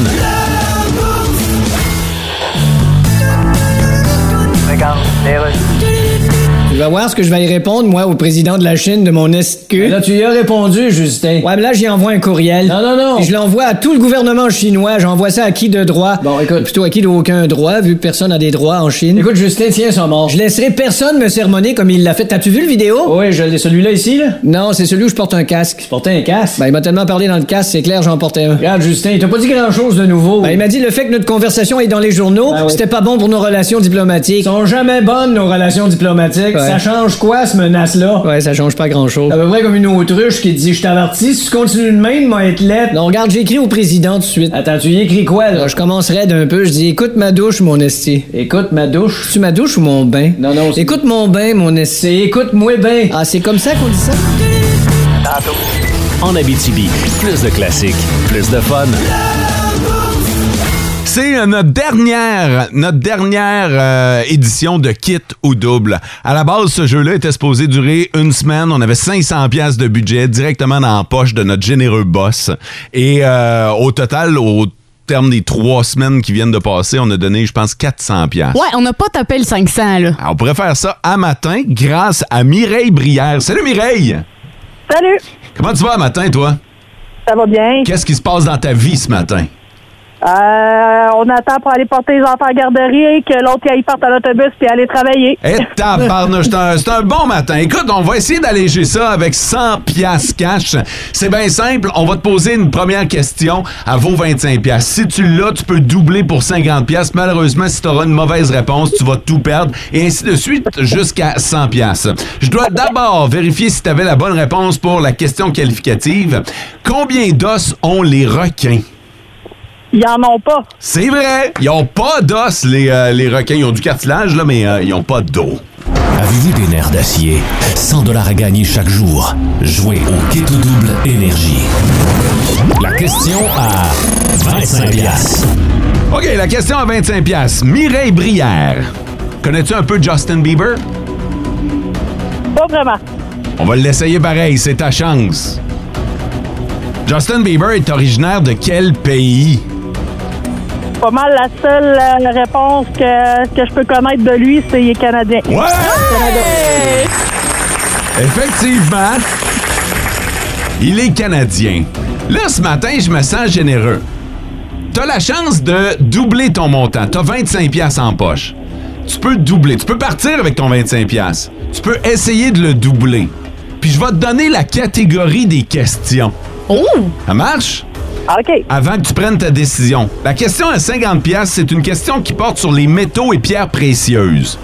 Tu vas voir ce que je vais y répondre, moi, au président de la Chine de mon SQ. Là, tu y as répondu, Justin. Ouais, mais là, j'y envoie un courriel. Non, non, non. je l'envoie à tout le gouvernement chinois. J'envoie ça à qui de droit? Bon, écoute. Plutôt à qui n'a aucun droit, vu que personne n'a des droits en Chine. Écoute, Justin, tiens son mort. Je laisserai personne me sermonner comme il l'a fait. T'as-tu vu le vidéo? Oui, je l'ai. Celui-là ici, là? Non, c'est celui où je porte un casque. Tu portais un casque? Ben, il m'a tellement parlé dans le casque, c'est clair, j'en portais un. Regarde, Justin, il t'a pas dit grand-chose de nouveau. Ben, il m'a dit le fait que notre conversation est dans les journaux, c'était pas bon pour nos relations diplomatiques. sont jamais bonnes, nos relations diplomatiques. Ça change quoi, ce menace-là? Ouais, ça change pas grand-chose. À peu près comme une autruche qui dit Je t'avertis, si tu continues de même, moi, être lettre. Non, regarde, j'écris au président tout de suite. Attends, tu y écris quoi, là? Je commencerai d'un peu. Je dis Écoute ma douche, mon esti. Écoute ma douche. Tu ma douche ou mon bain? Non, non. Écoute mon bain, mon esti. Écoute-moi bain. Ah, c'est comme ça qu'on dit ça? En Abitibi, plus de classiques, plus de fun. C'est euh, notre dernière, notre dernière euh, édition de Kit ou Double. À la base, ce jeu-là était supposé durer une semaine. On avait 500 pièces de budget directement dans la poche de notre généreux boss. Et euh, au total, au terme des trois semaines qui viennent de passer, on a donné, je pense, 400 pièces. Ouais, on n'a pas tapé le 500, là. Ah, On pourrait faire ça à matin grâce à Mireille Brière. Salut Mireille! Salut, Comment tu vas à matin, toi? ça va bien? Qu'est-ce qui se passe dans ta vie ce matin? Euh, on attend pour aller porter les enfants à la garderie, que l'autre y parte à l'autobus puis aller travailler. Eh tabarnouche, c'est un- c'est un bon matin. Écoute, on va essayer d'alléger ça avec 100 piastres cash. C'est bien simple, on va te poser une première question à vos 25 piastres. Si tu l'as, tu peux doubler pour 50 piastres. Malheureusement, si tu auras une mauvaise réponse, tu vas tout perdre et ainsi de suite jusqu'à 100 piastres. Je dois d'abord vérifier si tu avais la bonne réponse pour la question qualificative. Combien d'os ont les requins? Ils en ont pas. C'est vrai! Ils ont pas d'os, les, euh, les requins. Ils ont du cartilage, là, mais euh, ils ont pas d'eau. Avez-vous des nerfs d'acier? 100 dollars à gagner chaque jour. Jouez au Kit ou Double Énergie. La question à 25 piastres. OK, la question à 25 pièces. Mireille Brière. Connais-tu un peu Justin Bieber? Pas vraiment. On va l'essayer pareil, c'est ta chance. Justin Bieber est originaire de quel pays? Pas mal la seule euh, réponse que, que je peux connaître de lui, c'est qu'il est Canadien. Ouais! Effectivement, il est canadien. Là, ce matin, je me sens généreux. T'as la chance de doubler ton montant. T'as 25 pièces en poche. Tu peux le doubler. Tu peux partir avec ton 25 pièces. Tu peux essayer de le doubler. Puis je vais te donner la catégorie des questions. Oh! Ça marche? OK. Avant que tu prennes ta décision. La question à 50 pièces, c'est une question qui porte sur les métaux et pierres précieuses.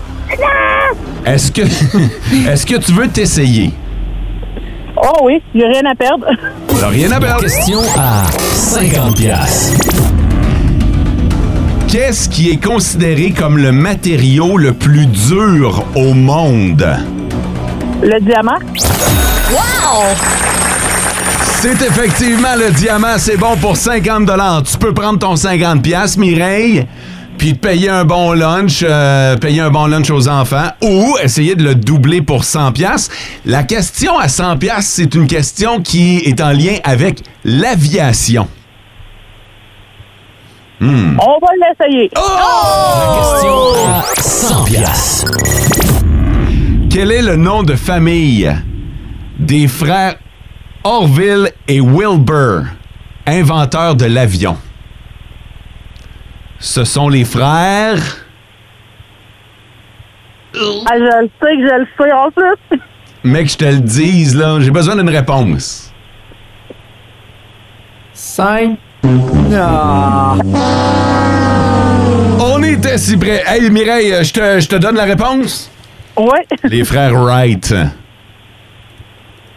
Est-ce que est-ce que tu veux t'essayer? Oh oui, j'ai rien à perdre. Alors, rien à perdre. Question à 50 piastres. Qu'est-ce qui est considéré comme le matériau le plus dur au monde? Le diamant. Wow! C'est effectivement le diamant, c'est bon pour 50 Tu peux prendre ton 50 pièces, Mireille, puis te payer un bon lunch, euh, payer un bon lunch aux enfants ou essayer de le doubler pour 100 pièces. La question à 100 pièces, c'est une question qui est en lien avec l'aviation. Hmm. On va l'essayer. Oh! À 100 piastres. Quel est le nom de famille des frères Orville et Wilbur, inventeurs de l'avion? Ce sont les frères. Ah, je le sais que je le sais ensuite. Mec, je te le dise, là, j'ai besoin d'une réponse. 5. Non. On était si près. Hey, Mireille, euh, je te, je te donne la réponse? Ouais. Les frères Wright.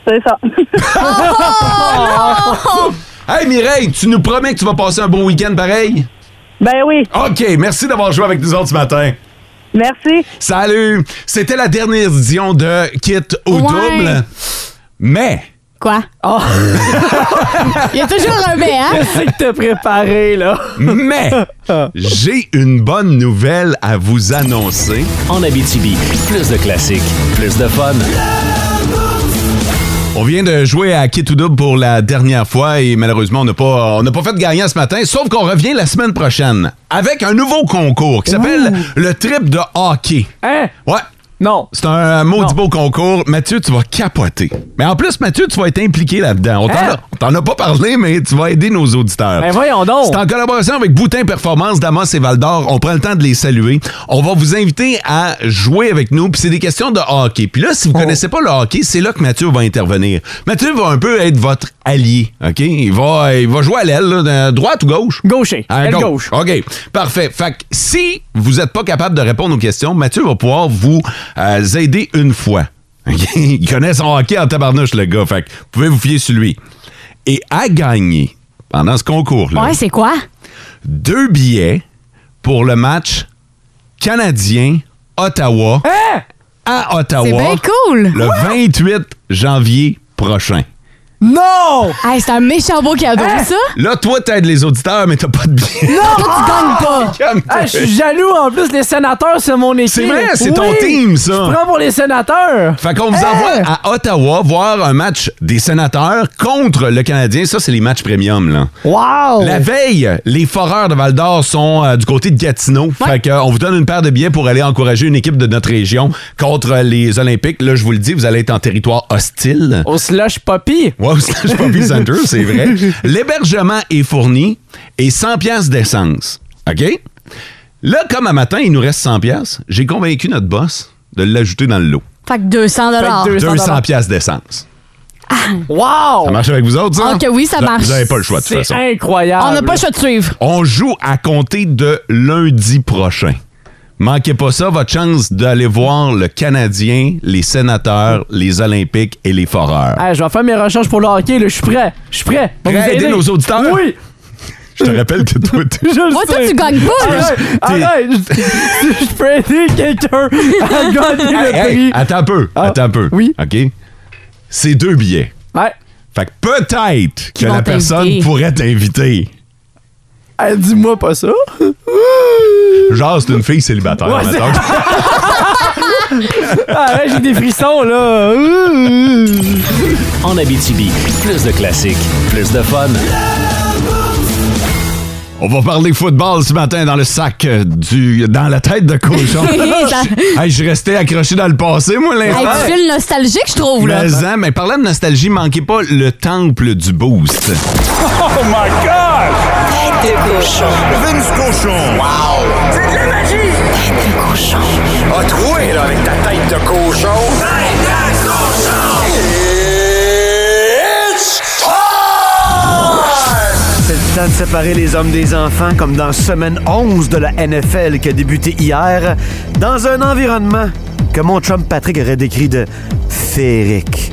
C'est ça. Hey, Mireille, tu nous promets que tu vas passer un bon week-end pareil? Ben oui. OK, merci d'avoir joué avec nous autres ce matin. Merci. Salut! C'était la dernière édition de Kit au Ouais. double. Mais, Quoi? Oh. Il y a toujours un B, hein? Qu'est-ce que t'as préparé, là? mais, j'ai une bonne nouvelle à vous annoncer. En Abitibi, plus de classiques, plus de fun. On vient de jouer à Kit ou double pour la dernière fois et malheureusement, on n'a pas, on n'a pas fait de gagnant ce matin, sauf qu'on revient la semaine prochaine avec un nouveau concours qui s'appelle le trip de hockey. Hein? Ouais. Non. C'est un maudit beau concours. Mathieu, tu vas capoter. Mais en plus, Mathieu, tu vas être impliqué là-dedans. On t'en Hein? a- on t'en a, pas parlé, mais tu vas aider nos auditeurs. Ben voyons donc. C'est en collaboration avec Boutin Performance, Damas et Val d'Or. On prend le temps de les saluer. On va vous inviter à jouer avec nous. Puis c'est des questions de hockey. Puis là, si Oh. vous connaissez pas le hockey, c'est là que Mathieu va intervenir. Mathieu va un peu être votre allié. OK? Il va, il va jouer à l'aile, là, de- droite ou gauche? Gaucher. À Aile gauche. OK. Parfait. Fait que si vous n'êtes pas capable de répondre aux questions, Mathieu va pouvoir vous euh, aider une fois. OK? Il connaît son hockey en tabarnouche, le gars. Fait que vous pouvez vous fier sur lui. Et à gagner pendant ce concours-là Ouais, c'est quoi? deux billets pour le match canadien-Ottawa Hein? à Ottawa C'est bien cool. le 28 janvier prochain. Non! Hey, c'est un méchant beau cadeau, ça? Là, toi, t'aides les auditeurs, mais t'as pas de billets. Non! Ah! tu gagnes pas! je suis jaloux. En plus, les sénateurs, c'est mon équipe. C'est vrai, c'est ton Oui, team, ça. Je prends pour les sénateurs. Fait qu'on vous envoie à Ottawa voir un match des sénateurs contre le Canadien. Ça, c'est les matchs premium, là. Wow! La veille, les foreurs de Val d'Or sont euh, du côté de Gatineau. Fait que, euh, on vous donne une paire de billets pour aller encourager une équipe de notre région contre les Olympiques. Là, je vous le dis, vous allez être en territoire hostile. Au slush poppy. Ouais, au slush poppy center, c'est vrai. L'hébergement est fourni et 100 pièces d'essence. OK? Là, comme à matin, il nous reste 100 pièces, j'ai convaincu notre boss de l'ajouter dans le lot. Fait que 200 dollars. 200 pièces d'essence. Wow! Ça marche avec vous autres, ça? Ah, que oui, ça Vous a- marche. Vous n'avez pas le choix, de toute C'est façon. incroyable. On n'a pas le choix de suivre. On joue à compter de lundi prochain. Manquez pas ça, votre chance d'aller voir le Canadien, les sénateurs, les Olympiques et les foreurs. Hey, je vais faire mes recherches pour le hockey. là. Je suis prêt. Je suis prêt. Prêt à aider nos auditeurs? Oui. Je te rappelle que toi, t'es- Je le Moi, toi, sais. tu gagnes pas, là. Arrête, arrête. Je je peux aider quelqu'un à gagner le Hey, hey, prix. attends un peu, attends un peu. Oui. OK? C'est deux billets. Ouais. Fait que peut-être que vont la personne t'inviter. pourrait t'inviter. Hey, Dis-moi pas ça. Genre, c'est une fille célibataire, Ouais, mettons. Ah ouais, j'ai des frissons, là. En Abitibi, plus de classiques, plus de fun. On va parler football ce matin dans le sac euh, du. dans la tête de cochon. hey, je restais accroché dans le passé, moi, Hey, l'instant. tu fais le nostalgique, je trouve, là. Mais, hein, mais parlant de nostalgie, manquez pas le temple du boost. Oh my God! Tête de cochon. Vince cochon. Wow! C'est de la magie! Tête de cochon. Ah, troué, là, avec ta tête de cochon. Tête de cochon! It's C'est le temps de séparer les hommes des enfants comme dans semaine 11 de la NFL qui a débuté hier dans un environnement que mon chum Patrick aurait décrit de féerique.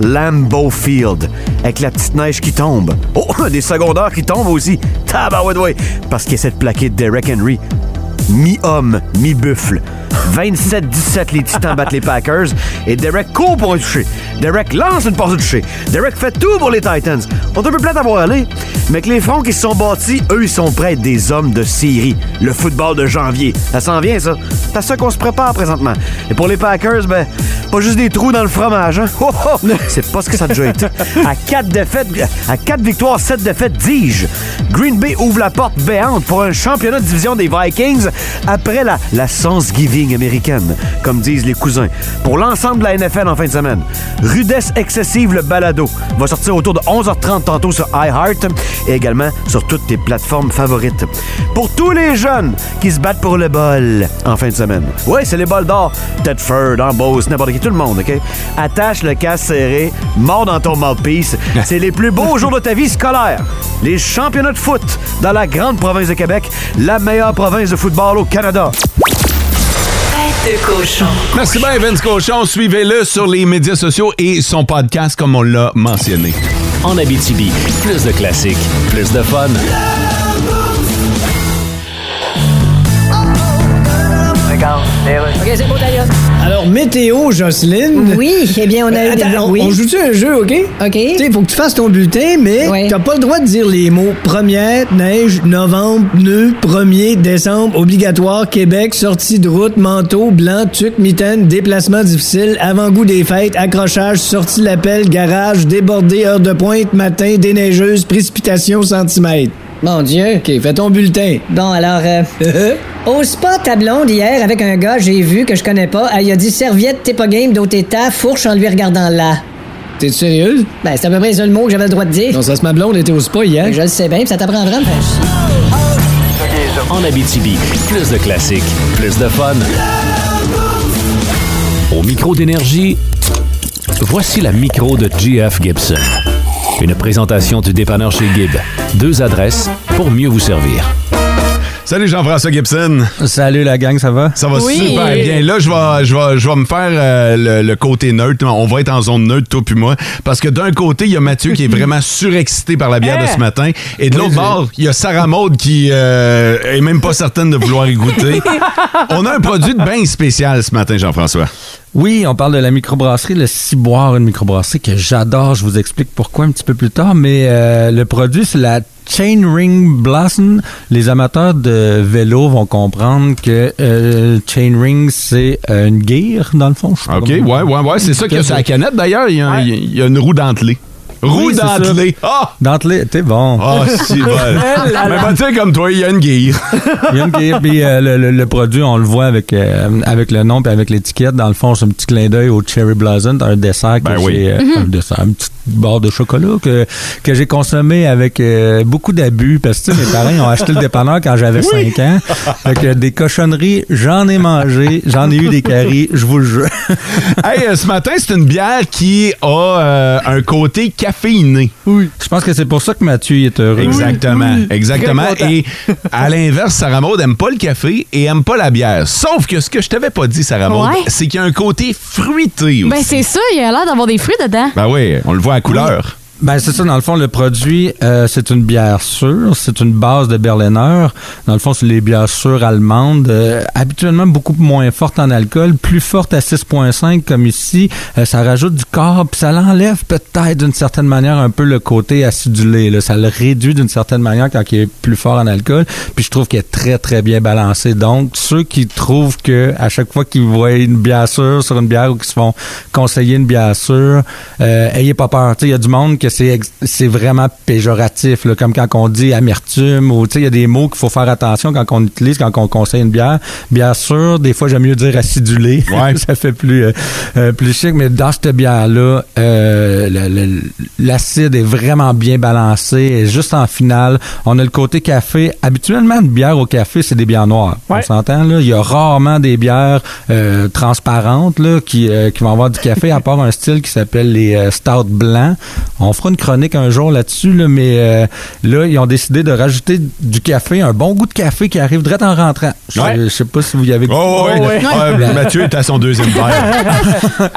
Lambeau Field, avec la petite neige qui tombe. Oh, des secondaires qui tombent aussi. Tabarouette, ouais. Parce qu'il essaie de plaquer Derek Henry. Mi-homme, mi-buffle. 27-17, les Titans battent les Packers. Et Derek court pour un toucher. Derek lance une passe de toucher. Derek fait tout pour les Titans. On est un peu plate à voir aller, mais que les fronts qui se sont bâtis, eux, ils sont prêts à être des hommes de série. Le football de janvier, ça s'en vient, ça. C'est à ça qu'on se prépare présentement. Et pour les Packers, ben, pas juste des trous dans le fromage, hein. Oh, oh! C'est pas ce que ça a déjà été. À 4 défaites, à quatre victoires, 7 défaites, dis-je. Green Bay ouvre la porte béante pour un championnat de division des Vikings après la, la Thanksgiving américaine, comme disent les cousins. Pour l'ensemble de la NFL en fin de semaine. Rudesse excessive, le balado, va sortir autour de 11h30 tantôt sur iHeart et également sur toutes tes plateformes favorites. Pour tous les jeunes qui se battent pour le bol en fin de semaine. Oui, c'est les bols d'or. Tedford, Ambrose, n'importe qui, tout le monde, OK? Attache le casque serré, mort dans ton mouthpiece. C'est les plus beaux jours de ta vie scolaire. Les championnats de foot dans la grande province de Québec, la meilleure province de football au Canada. Tête de cochon. Merci bien, Vince Cochon. Suivez-le sur les médias sociaux et son podcast, comme on l'a mentionné. En Abitibi, plus de classiques, plus de fun. OK, c'est bon, d'ailleurs. Alors, météo, Jocelyne. Oui, eh bien, on a eu des- Attends, on, oui. on joue-tu un jeu, OK? OK. Tu sais, faut que tu fasses ton bulletin, Eh, mais t'as pas le droit de dire les mots première, neige, novembre, nœud, premier, décembre, obligatoire, Québec, sortie de route, manteau, blanc, tuc, mitaine, déplacement difficile, avant-goût des fêtes, accrochage, sortie de l'appel, garage, débordé, heure de pointe, matin, déneigeuse, précipitation, centimètres. Mon Dieu. OK, fais ton bulletin. Bon, alors, euh, au spa Tablonde, hier, avec un gars, j'ai vu que je connais pas, elle, il a dit serviette, t'es pas game, d'autres états, fourche en lui regardant là. T'es sérieuse? Ben, c'est à peu près le seul mot que j'avais le droit de dire. Non, ça se ma blonde était au spa hier. Je le sais bien, puis ça t'apprend vraiment. En Abitibi, plus de classiques, plus de fun. Au micro d'énergie, voici la micro de GF Gibson. Une présentation du dépanneur chez Gibb. Deux adresses pour mieux vous servir. Salut Jean-François Gibson. Salut la gang, ça va? Ça va Oui. super bien. Là, je vais, je vais, je vais me faire euh, le, le côté neutre. On va être en zone neutre, toi puis moi. Parce que d'un côté, il y a Mathieu qui est vraiment surexcité par la bière de ce matin. Et de l'autre bord, il y a Sarah Maud qui euh, est même pas certaine de vouloir y goûter. On a un produit de bain spécial ce matin, Jean-François. Oui, on parle de la microbrasserie, le Ciboire, une microbrasserie que j'adore. Je vous explique pourquoi un petit peu plus tard, mais euh, le produit, c'est la Chain Ring Blossom. Les amateurs de vélo vont comprendre que euh, Chain Ring, c'est euh, une gear, dans le fond. je sais pas OK, ouais, comment- ouais, ouais. C'est ça qu'il y a sur la canette, d'ailleurs. Il y a, un- il y a une roue dentelée. Roue Oui, c'est ça. dentelée. Ah! Dentelé, t'es bon. Ah, si, bon. Eh là Mais là. bah, tu sais, comme toi, il y a une guire. Il y a une guerre, puis euh, le, le- le produit, on le voit avec, euh, avec le nom puis avec l'étiquette. Dans le fond, c'est un petit clin d'œil au Cherry Blossom, un dessert que Ben j'ai, oui. euh, Mhm. un dessert, une petite barre de chocolat que, que j'ai consommé avec euh, beaucoup d'abus parce que tu sais, mes parents ils ont acheté le dépanneur quand j'avais Oui. 5 ans. Fait que des cochonneries, j'en ai mangé, j'en ai eu des caries, je vous le jure. hey, euh, ce matin, c'est une bière qui a euh, un côté caféiné. Oui. Je pense que c'est pour ça que Mathieu il est heureux. Exactement, Oui, oui. exactement. Très content. Et à l'inverse, Sarah Maud aime pas le café et aime pas la bière. Sauf que ce que je t'avais pas dit, Sarah Maud, Ouais. c'est qu'il y a un côté fruité aussi. Ben, c'est ça, il a l'air d'avoir des fruits dedans. Ben oui, on le voit à couleur. Ben c'est ça, dans le fond, le produit, euh, c'est une bière sûre, c'est une base de Berliner. Dans le fond, c'est les bières sûres allemandes, euh, habituellement beaucoup moins fortes en alcool, plus fortes à 6,5 comme ici. Euh, ça rajoute du corps, puis ça l'enlève peut-être d'une certaine manière un peu le côté acidulé. là. Ça le réduit d'une certaine manière quand il est plus fort en alcool. Puis je trouve qu'il est très, très bien balancé. Donc, ceux qui trouvent que à chaque fois qu'ils voient une bière sûre sur une bière ou qui se font conseiller une bière sûre, euh, ayez pas peur. Tu sais, Il y a du monde que c'est ex- c'est vraiment péjoratif, là, comme quand on dit amertume ou tu sais, il y a des mots qu'il faut faire attention quand on utilise, quand on conseille une bière. Bien sûr, des fois, j'aime mieux dire acidulé. Ça fait plus, euh, euh, plus chic, mais dans cette bière-là, euh, le- le- l'acide est vraiment bien balancé. Et juste en finale, on a le côté café. Habituellement, une bière au café, c'est des bières noires. On s'entend, là? Il y a rarement des bières euh, transparentes là, qui, euh, qui vont avoir du café, à part un style qui s'appelle les euh, stouts blancs. On fera une chronique un jour là-dessus, là, mais euh, là, ils ont décidé de rajouter du café, un bon goût de café qui arrive direct en rentrant. Je, je sais pas si vous y avez... Oh, ouais. Ouais. Euh, Mathieu est à son deuxième verre.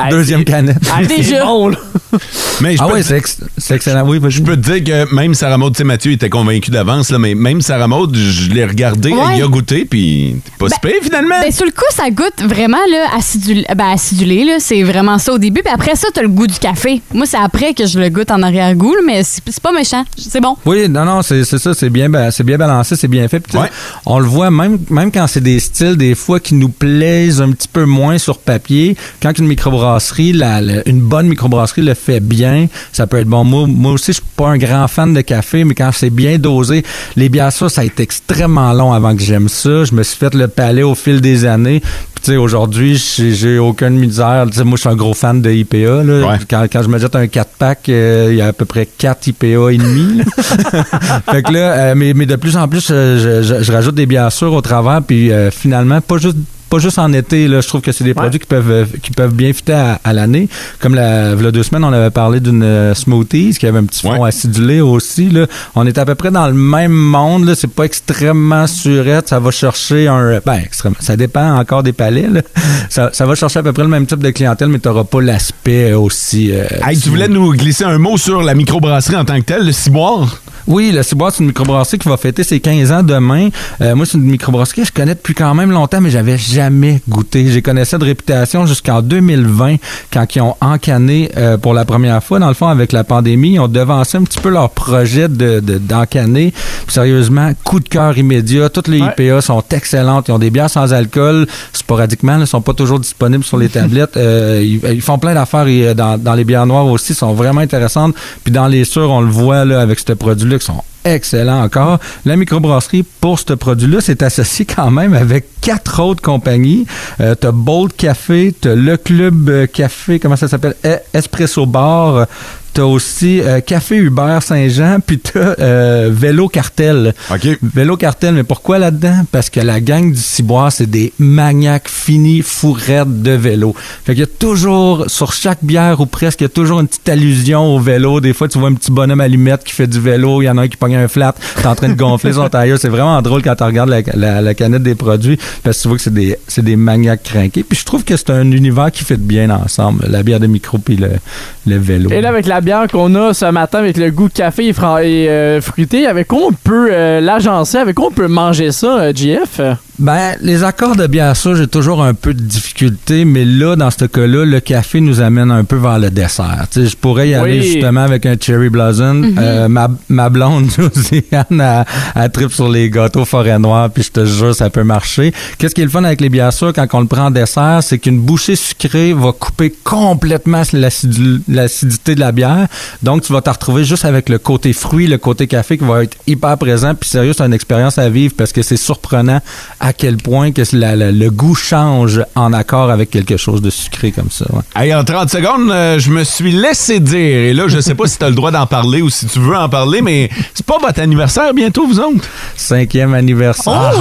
Deuxième canette. Mais je Ah peux ouais, te- c'est ex- c'est excellent. Oui, vas-y. Je peux te dire que même Sarah Maud, tu sais, Mathieu était convaincu d'avance, là, mais même Sarah Maud, je l'ai regardé, Ouais. il a goûté, puis t'es pas si pire, finalement. Ben, sur le coup, ça goûte vraiment là, acidulé. Ben, acidulé, là, c'est vraiment ça au début. Puis après ça, t'as le goût du café. Moi, c'est après que je le goûte en arrière-goût, là, mais c'est c'est pas méchant. C'est bon. Oui, non, non, c'est c'est ça, c'est bien, ba- c'est bien balancé, c'est bien fait. Puis, tu sais, On le voit même, même quand c'est des styles, des fois, qui nous plaisent un petit peu moins sur papier. Quand une microbrasserie, la- la- une bonne microbrasserie le fait bien, ça peut être bon. Moi, moi aussi, je suis pas un grand fan de café, mais quand c'est bien dosé, les bières ça, ça a été extrêmement long avant que j'aime ça. Je me suis fait le palais au fil des années. Puis, tu sais, aujourd'hui, j'ai j'ai aucune misère. Tu sais, moi, je suis un gros fan de IPA. là. Quand, quand je me jette un 4-pack, euh, il y a à peu près 4 IPA et demi. là. fait que là, euh, mais, mais de plus en plus, euh, je, je- je rajoute des bières sûres au travers. Puis euh, finalement, pas juste pas juste en été, là, je trouve que c'est des produits qui peuvent, euh, qui peuvent bien fitter à, à l'année. Comme la, v'là deux semaines, on avait parlé d'une euh, smoothies qui avait un petit fond acidulé aussi. Là. On est à peu près dans le même monde. Là. C'est pas extrêmement surette. Ça va chercher un... Ben, extrêmement. Ça dépend encore des palais. là. Ça, ça va chercher à peu près le même type de clientèle, mais t'auras pas l'aspect aussi... euh, Hey, tu voulais nous glisser un mot sur la microbrasserie en tant que telle, le ciboire? Oui, le Ciboire, c'est une microbrasserie qui va fêter ses 15 ans demain. Euh, moi, c'est une microbrasserie que je connais depuis quand même longtemps, mais j'avais jamais goûté. J'ai connaissais de réputation jusqu'en 2020, quand ils ont encanné euh, pour la première fois. Dans le fond, avec la pandémie, ils ont devancé un petit peu leur projet de, de- d'encanner. Puis, sérieusement, coup de cœur immédiat. Toutes les IPA sont excellentes. Ils ont des bières sans alcool, sporadiquement. Ils sont pas toujours disponibles sur les tablettes. Euh, ils, ils font plein d'affaires et, euh, dans, dans les bières noires aussi. sont vraiment intéressantes. Puis dans les sûrs, on le voit là, avec ce produit-là, qui sont excellents encore. La microbrasserie, pour ce produit-là, s'est associée quand même avec quatre autres compagnies. Euh, t'as Bold Café, t'as Le Club euh, Café, comment ça s'appelle? E- Espresso Bar. euh, T'as aussi euh, Café Hubert Saint-Jean, puis t'as euh, Vélo Cartel. Vélo Cartel, mais pourquoi là-dedans? Parce que la gang du Ciboire, c'est des maniaques finis, fourrettes de vélo. Fait qu'il y a toujours, sur chaque bière ou presque, il y a toujours une petite allusion au vélo. Des fois, tu vois un petit bonhomme à lumette qui fait du vélo, il y en a un qui pogne un flat, t'es en train de gonfler son tailleur. C'est vraiment drôle quand tu regardes la, la- la canette des produits, parce que tu vois que c'est des, c'est des maniaques craqués. Puis je trouve que c'est un univers qui fait bien ensemble, la bière de micro puis le, le vélo. Et là, avec la bière qu'on a ce matin, avec le goût café et, fran- et, euh, fruité, avec quoi on peut euh, l'agencer, avec quoi on peut manger ça, euh, JF? Ben, les accords de bière ça, j'ai toujours un peu de difficulté, mais là, dans ce cas-là, le café nous amène un peu vers le dessert. Tu sais, je pourrais y aller Oui. justement avec un cherry blossom. Mhm. Euh, ma, ma blonde, Josiane, a, trip sur les gâteaux forêt noire, puis je te jure, ça peut marcher. Qu'est-ce qui est le fun avec les bières sûres quand on le prend en dessert, c'est qu'une bouchée sucrée va couper complètement l'acidu- l'acidité de la bière. Donc, tu vas te retrouver juste avec le côté fruit, le côté café qui va être hyper présent. Puis sérieux, c'est une expérience à vivre parce que c'est surprenant à quel point que la- la- le goût change en accord avec quelque chose de sucré comme ça. ouais. Hey, en 30 secondes, euh, je me suis laissé dire, et là, je sais pas si tu as le droit d'en parler ou si tu veux en parler, mais c'est pas votre anniversaire bientôt, vous autres? Cinquième anniversaire.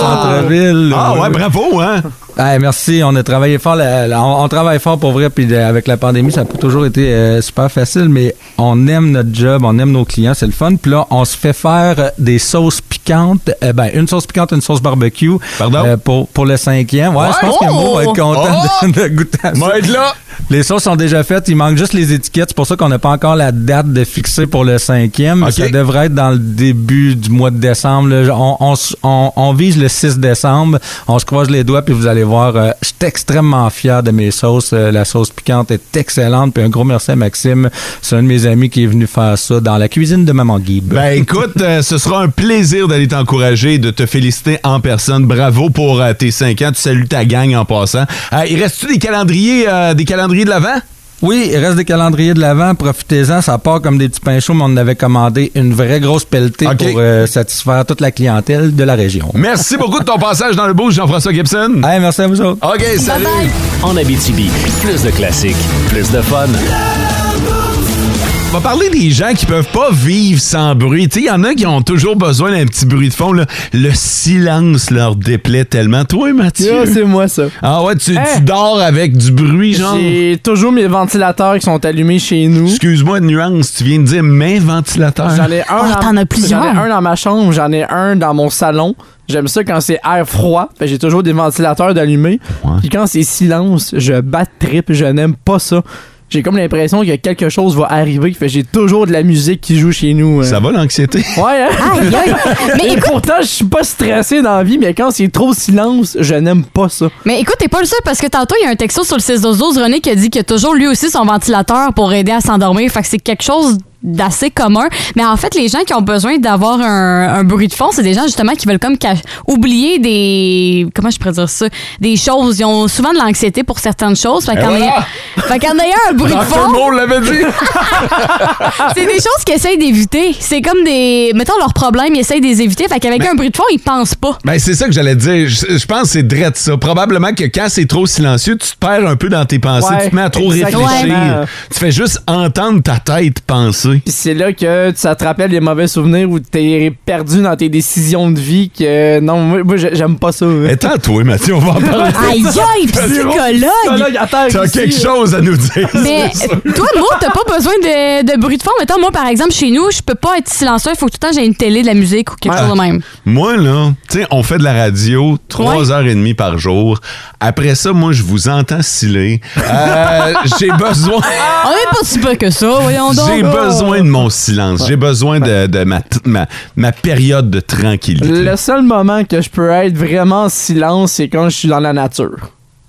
Centreville. Ah ouais, bravo, hein? Hey, Ah, merci, on a travaillé fort. la- la- on, on travaille fort pour vrai. Puis euh, avec la pandémie, ça n'a pas toujours été euh, super facile, mais on aime notre job, on aime nos clients, c'est le fun. Puis là, on se fait faire euh, des sauces piquantes. Euh, ben, une sauce piquante, une sauce barbecue. euh, pour, pour le cinquième. Ouais, Ouais. je pense que Mo va être content Oh! de, de goûter à ça. Va être là. Les sauces sont déjà faites, il manque juste les étiquettes. C'est pour ça qu'on n'a pas encore la date de fixer pour le cinquième. mais Ok. Ça devrait être dans le début du mois de décembre. là. On, on s- on- on vise le 6 décembre. On se croise les doigts, puis vous allez voir. euh, je suis extrêmement fier de mes sauces. Euh, la sauce piquante est excellente. Puis un gros merci à Maxime. C'est un de mes amis qui est venu faire ça dans la cuisine de Maman Guib. Ben écoute, euh, ce sera un plaisir d'aller t'encourager et de te féliciter en personne. Bravo pour euh, tes 5 ans. Tu salues ta gang en passant. Euh, il reste-tu des calendriers, euh, des calendriers de l'Avent? Oui, il reste des calendriers de l'avant, profitez-en, ça part comme des petits pains chauds, mais on en avait commandé une vraie grosse pelletée pour euh, satisfaire toute la clientèle de la région. Merci beaucoup de ton passage dans le bouge, Jean-François Gibson. merci à vous autres. OK, salut. En Abitibi, plus de classiques, plus de fun. On va parler des gens qui peuvent pas vivre sans bruit. Tu sais, il y en a qui ont toujours besoin d'un petit bruit de fond. là. Le silence leur déplaît tellement. Toi, Mathieu? Ah, c'est moi, ça. Ah ouais, tu, tu dors avec du bruit, genre? J'ai toujours mes ventilateurs qui sont allumés chez nous. Excuse-moi, nuance, tu viens de dire mes ventilateurs. J'en ai un. Ah, dans- t'en as plusieurs. J'en ai un dans ma chambre, j'en ai un dans mon salon. J'aime ça quand c'est air froid. Fait que j'ai toujours des ventilateurs d'allumés. Puis quand c'est silence, je bats de trip. Je n'aime pas ça. J'ai comme l'impression que quelque chose va arriver. Fait que j'ai toujours de la musique qui joue chez nous. hein. Ça va l'anxiété? Ouais, hein? Aïe, aïe. Mais Et écoute- pourtant, je suis pas stressé dans la vie, mais quand c'est trop silence, je n'aime pas ça. Mais écoute, t'es pas le seul parce que tantôt, il y a un texto sur le 6-12-12, René, qui a dit qu'il a toujours lui aussi son ventilateur pour aider à s'endormir. Fait que c'est quelque chose d'assez commun. Mais en fait, les gens qui ont besoin d'avoir un, un bruit de fond, c'est des gens justement qui veulent comme cach- oublier des... Comment je pourrais dire ça? Des choses. Ils ont souvent de l'anxiété pour certaines choses. Fait Et qu'en voilà! ayant- fait qu'en ayant un bruit de Dr. fond... Moore l'avait dit. c'est des choses qu'ils essayent d'éviter. C'est comme des... Mettons, leurs problèmes, ils essayent de les éviter. Fait qu'avec Mais- un bruit de fond, ils pensent pas. Ben, c'est ça que j'allais te dire. Je, je pense que c'est drette ça. Probablement que quand c'est trop silencieux, tu te perds un peu dans tes pensées. Ouais, tu te mets à trop exactement. réfléchir. Tu fais juste entendre ta tête penser. Puis c'est là que ça te rappelle les mauvais souvenirs ou t'es perdu dans tes décisions de vie que non, moi, moi, j'ai- j'aime pas ça. hein. Attends, toi, Mathieu, on va en parler. Aïe, aïe, psychologue! T'as hein. quelque chose à nous dire. Mais c'est sûr. toi, moi, t'as pas besoin de, de bruit de fond. Mettons, moi, par exemple, chez nous, je peux pas être silencieux. Il faut que tout le temps j'ai une télé, de la musique ou quelque chose de même. Moi, là, tu sais, on fait de la radio trois heures et demie par jour. Après ça, moi, je vous entends sciller. Euh, J'ai besoin. On est pas si peu que ça, voyons Ah, donc. J'ai besoin de mon silence. J'ai besoin de, de ma, t- ma, ma période de tranquillité. Le seul moment que je peux être vraiment en silence, c'est quand je suis dans la nature.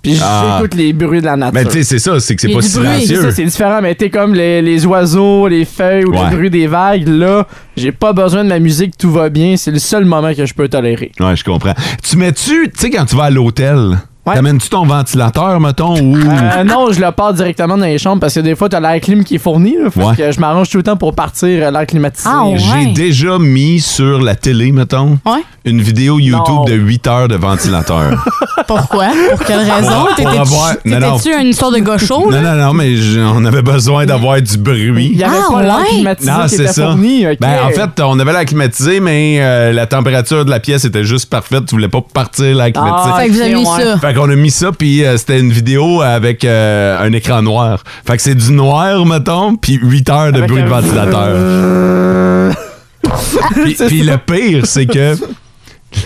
Puis j'écoute Ah. les bruits de la nature. Mais tu sais, c'est ça, c'est que c'est Il y a pas du bruit. C'est silencieux. ça, c'est différent, mais t'es comme les, les oiseaux, les feuilles ou Ouais. le bruit des vagues. Là, j'ai pas besoin de ma musique, tout va bien. C'est le seul moment que je peux tolérer. Ouais, je comprends. Tu mets-tu, tu sais, quand tu vas à l'hôtel, t'amènes-tu ton ventilateur, mettons, ou. Euh, non, je le pars directement dans les chambres parce que des fois, t'as l'air clim qui est fourni. là. Fait Ouais. que je m'arrange tout le temps pour partir à l'air climatisé. Ah, J'ai déjà mis sur la télé, mettons, une vidéo YouTube Non. de 8 heures de ventilateur. Pourquoi? Pour quelle raison? Pour T'étais-tu avoir- non, non. t'étais-tu une histoire de gaucho? non, non, non, mais je- on avait besoin d'avoir du bruit. Il y avait Ah, pas l'air ouais? climatisé qui était fourni. ok. Ben, en fait, on avait l'air climatisé, mais euh, la température de la pièce était juste parfaite. Tu voulais pas partir l'air climatisé. Ah, Ah, fait que vous avez mis Ouais. ça. Fait qu'on a mis ça, puis euh, c'était une vidéo avec euh, un écran noir. Fait que c'est du noir, mettons, puis 8 heures de bruit de ventilateur. puis puis le pire, c'est que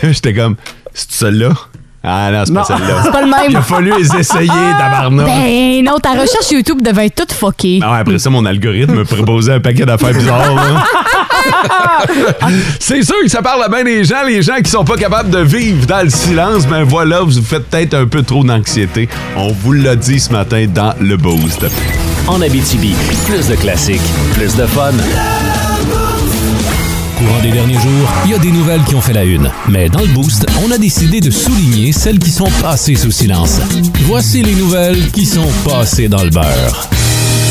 là, j'étais comme, c'est ça là Ah non, c'est pas Non. celle-là. C'est pas le même. Il a fallu les essayer, tabarnak. Ben non, ta recherche YouTube devait être toute fuckée. Ah ouais, après ça, mon algorithme me proposait un paquet d'affaires bizarres. là. C'est sûr que ça parle à bien des gens, les gens qui sont pas capables de vivre dans le silence. Ben voilà, vous faites peut-être un peu trop d'anxiété. On vous l'a dit ce matin dans le Boost. En Abitibi, plus de classiques, plus de fun. Courant des derniers jours, il y a des nouvelles qui ont fait la une. Mais dans le Boost, on a décidé de souligner celles qui sont passées sous silence. Voici les nouvelles qui sont passées dans le beurre.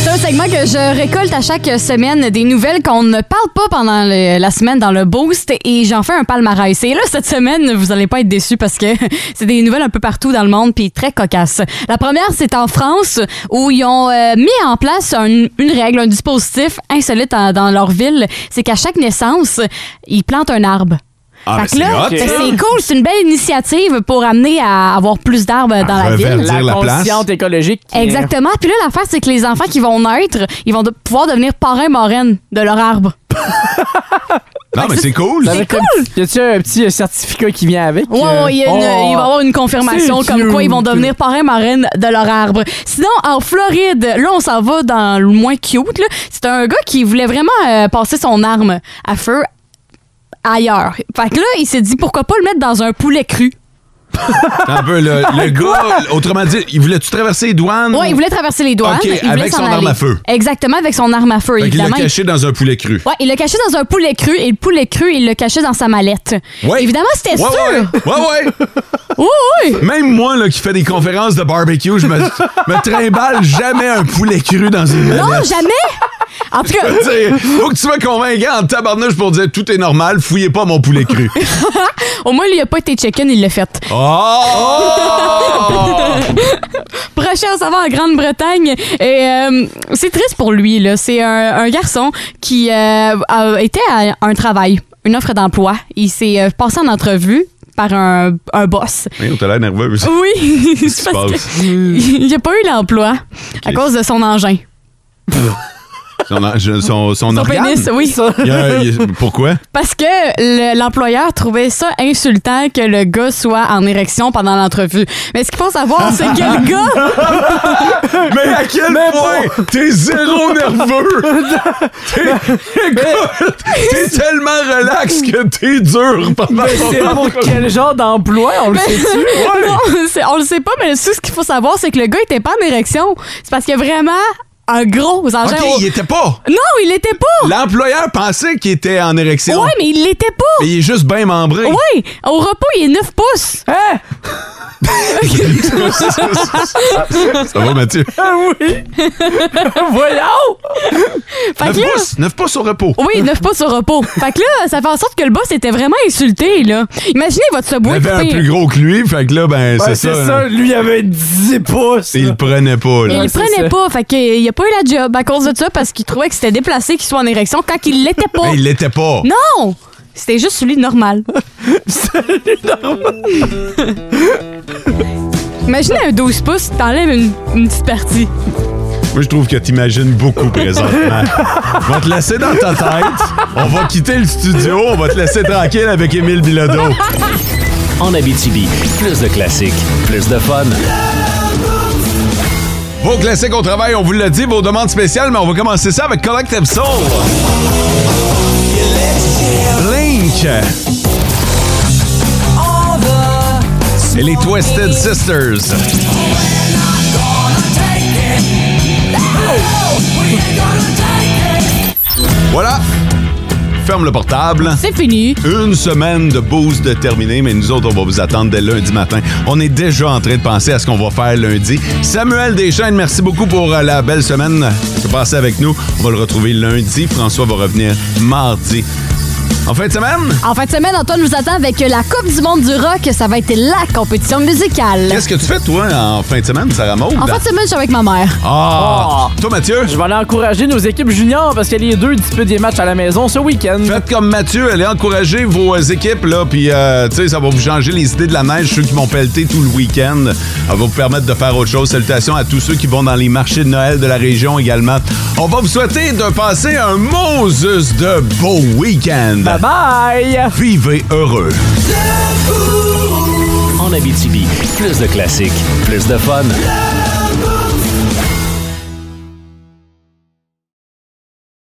C'est un segment que je récolte à chaque semaine des nouvelles qu'on ne parle pas pendant le- la semaine dans le boost et j'en fais un palmarès. Et là, cette semaine, vous allez pas être déçus parce que c'est des nouvelles un peu partout dans le monde puis très cocasses. La première, c'est en France où ils ont euh, mis en place un- une règle, un dispositif insolite en- dans leur ville. C'est qu'à chaque naissance, ils plantent un arbre. Ah, Fait mais que c'est là, hot, ben, ça. c'est cool, c'est une belle initiative pour amener à avoir plus d'arbres Ah, dans la ville. reverdir la place. consciente écologique. euh, Exactement. Puis là, l'affaire, c'est que les enfants qui vont naître, ils vont de- pouvoir devenir parrain-marraine de leur arbre. Non, mais c'est cool. C'est cool! Y a-tu un petit euh, certificat qui vient avec? Ouais, euh, ouais, il, y a une- oh, il va y avoir une confirmation c'est comme quoi cute. ils vont devenir parrain-marraine de leur arbre. Sinon, en Floride, là, on s'en va dans le moins cute. là. C'est un gars qui voulait vraiment euh, passer son arme à feu ailleurs. Fait que là, il s'est dit pourquoi pas le mettre dans un poulet cru. Un peu, le, le gars, autrement dit, il voulait-tu traverser les douanes? Ouais, il voulait traverser les douanes. Mm. Ok, il voulait avec s'en son arme aller. à feu. Exactement, avec son arme à feu, Fait qu'il l'a évidemment. Il- caché dans un poulet cru. Ouais, il le cachait dans un poulet cru et le poulet cru, il le cachait dans sa mallette. Ouais. Évidemment, c'était Ouais, sûr. Ouais, ouais. ouais. Oui, oui. Même moi là, qui fais des conférences de barbecue, je me, me trimballe jamais un poulet cru dans une Non, mallette. jamais. En tout cas, Je veux dire, faut que tu sois convaincant en tabarnouche pour dire tout est normal, fouillez pas mon poulet cru. au moins, il a pas été chicken, il l'a fait. Oh! Prochain, ça va en Grande-Bretagne. Et euh, c'est triste pour lui. là. C'est un, un garçon qui euh, a- était à un travail, une offre d'emploi. Il s'est euh, passé en entrevue par un, un boss. Mais on t'a l'air nerveuse. Oui, se c'est parce passe? que il n'a pas eu l'emploi à cause de son engin. Son, son, son, organe? pénis, oui. Il y a- il y a- pourquoi? Parce que le- l'employeur trouvait ça insultant que le gars soit en érection pendant l'entrevue. Mais ce qu'il faut savoir, c'est que le gars... Mais à quel point t'es zéro nerveux! T'es écoute, t'es tellement relax que t'es dur pendant Mais c'est pour quel genre d'emploi? On le Ah, Mais- sait-tu? Non, c'est- on le sait pas, mais tout ce qu'il faut savoir, c'est que le gars était pas en érection. C'est parce qu'il y a vraiment un gros engin. Ok, au- il était pas! Non, il l'était pas! L'employeur pensait qu'il était en érection. Ouais, mais il l'était pas! Mais il est juste bien membré. Oui, au repas, il est 9 pouces. Hein? Ça va, Mathieu? Ah oui! Voyons! Fait 9 que là- pouces, 9 pouces au repos. Oui, 9 pouces au repos. Fait que là, ça fait en sorte que le boss était vraiment insulté, là. Imaginez votre Il subway avait un coupé. plus gros que lui, fait que là, ben, Ouais, c'est c'est ça. ça, là. lui, il avait 10 pouces. Il le prenait pas, Il là. le prenait pas, fait qu'il a pas eu la job à cause de ça parce qu'il trouvait que c'était déplacé qu'il soit en érection quand il l'était pas. Ben, il l'était pas. Non! C'était juste celui normal. celui normal. Imaginez un 12 pouces, t'enlèves une, une petite partie. Moi, je trouve que t'imagines beaucoup présentement. on va te laisser dans ta tête. On va quitter le studio. On va te laisser tranquille avec Émile Bilodeau. En Abitibi, plus de classiques, plus de fun. Vos classiques au travail, on vous l'a dit, vos demandes spéciales, mais on va commencer ça avec Collective Soul. Blink. Et les Twisted Sisters. Voilà. Ferme le portable. C'est fini. Une semaine de boost de terminée, mais nous autres, on va vous attendre dès lundi matin. On est déjà en train de penser à ce qu'on va faire lundi. Samuel Deschaines, merci beaucoup pour euh, la belle semaine que passée avec nous. On va le retrouver lundi. François va revenir mardi. En fin de semaine, En fin de semaine, Antoine nous attend avec la Coupe du monde du rock. Ça va être la compétition musicale. qu'est-ce que tu fais, toi, en fin de semaine, Sarah Maud? En fin de semaine, je suis avec ma mère. Ah! Toi, Mathieu? Je vais aller encourager nos équipes juniors parce que les deux disputent des matchs à la maison ce week-end. Faites comme Mathieu, allez encourager vos euh, équipes, là, puis euh, tu sais, ça va vous changer les idées de la neige, ceux qui vont pelleter tout le week-end. Ça va vous permettre de faire autre chose. Salutations à tous ceux qui vont dans les marchés de Noël de la région également. On va vous souhaiter de passer un Moses de beau week-end. Bye! Vivez heureux. en Abitibi. Plus de classiques, plus de fun.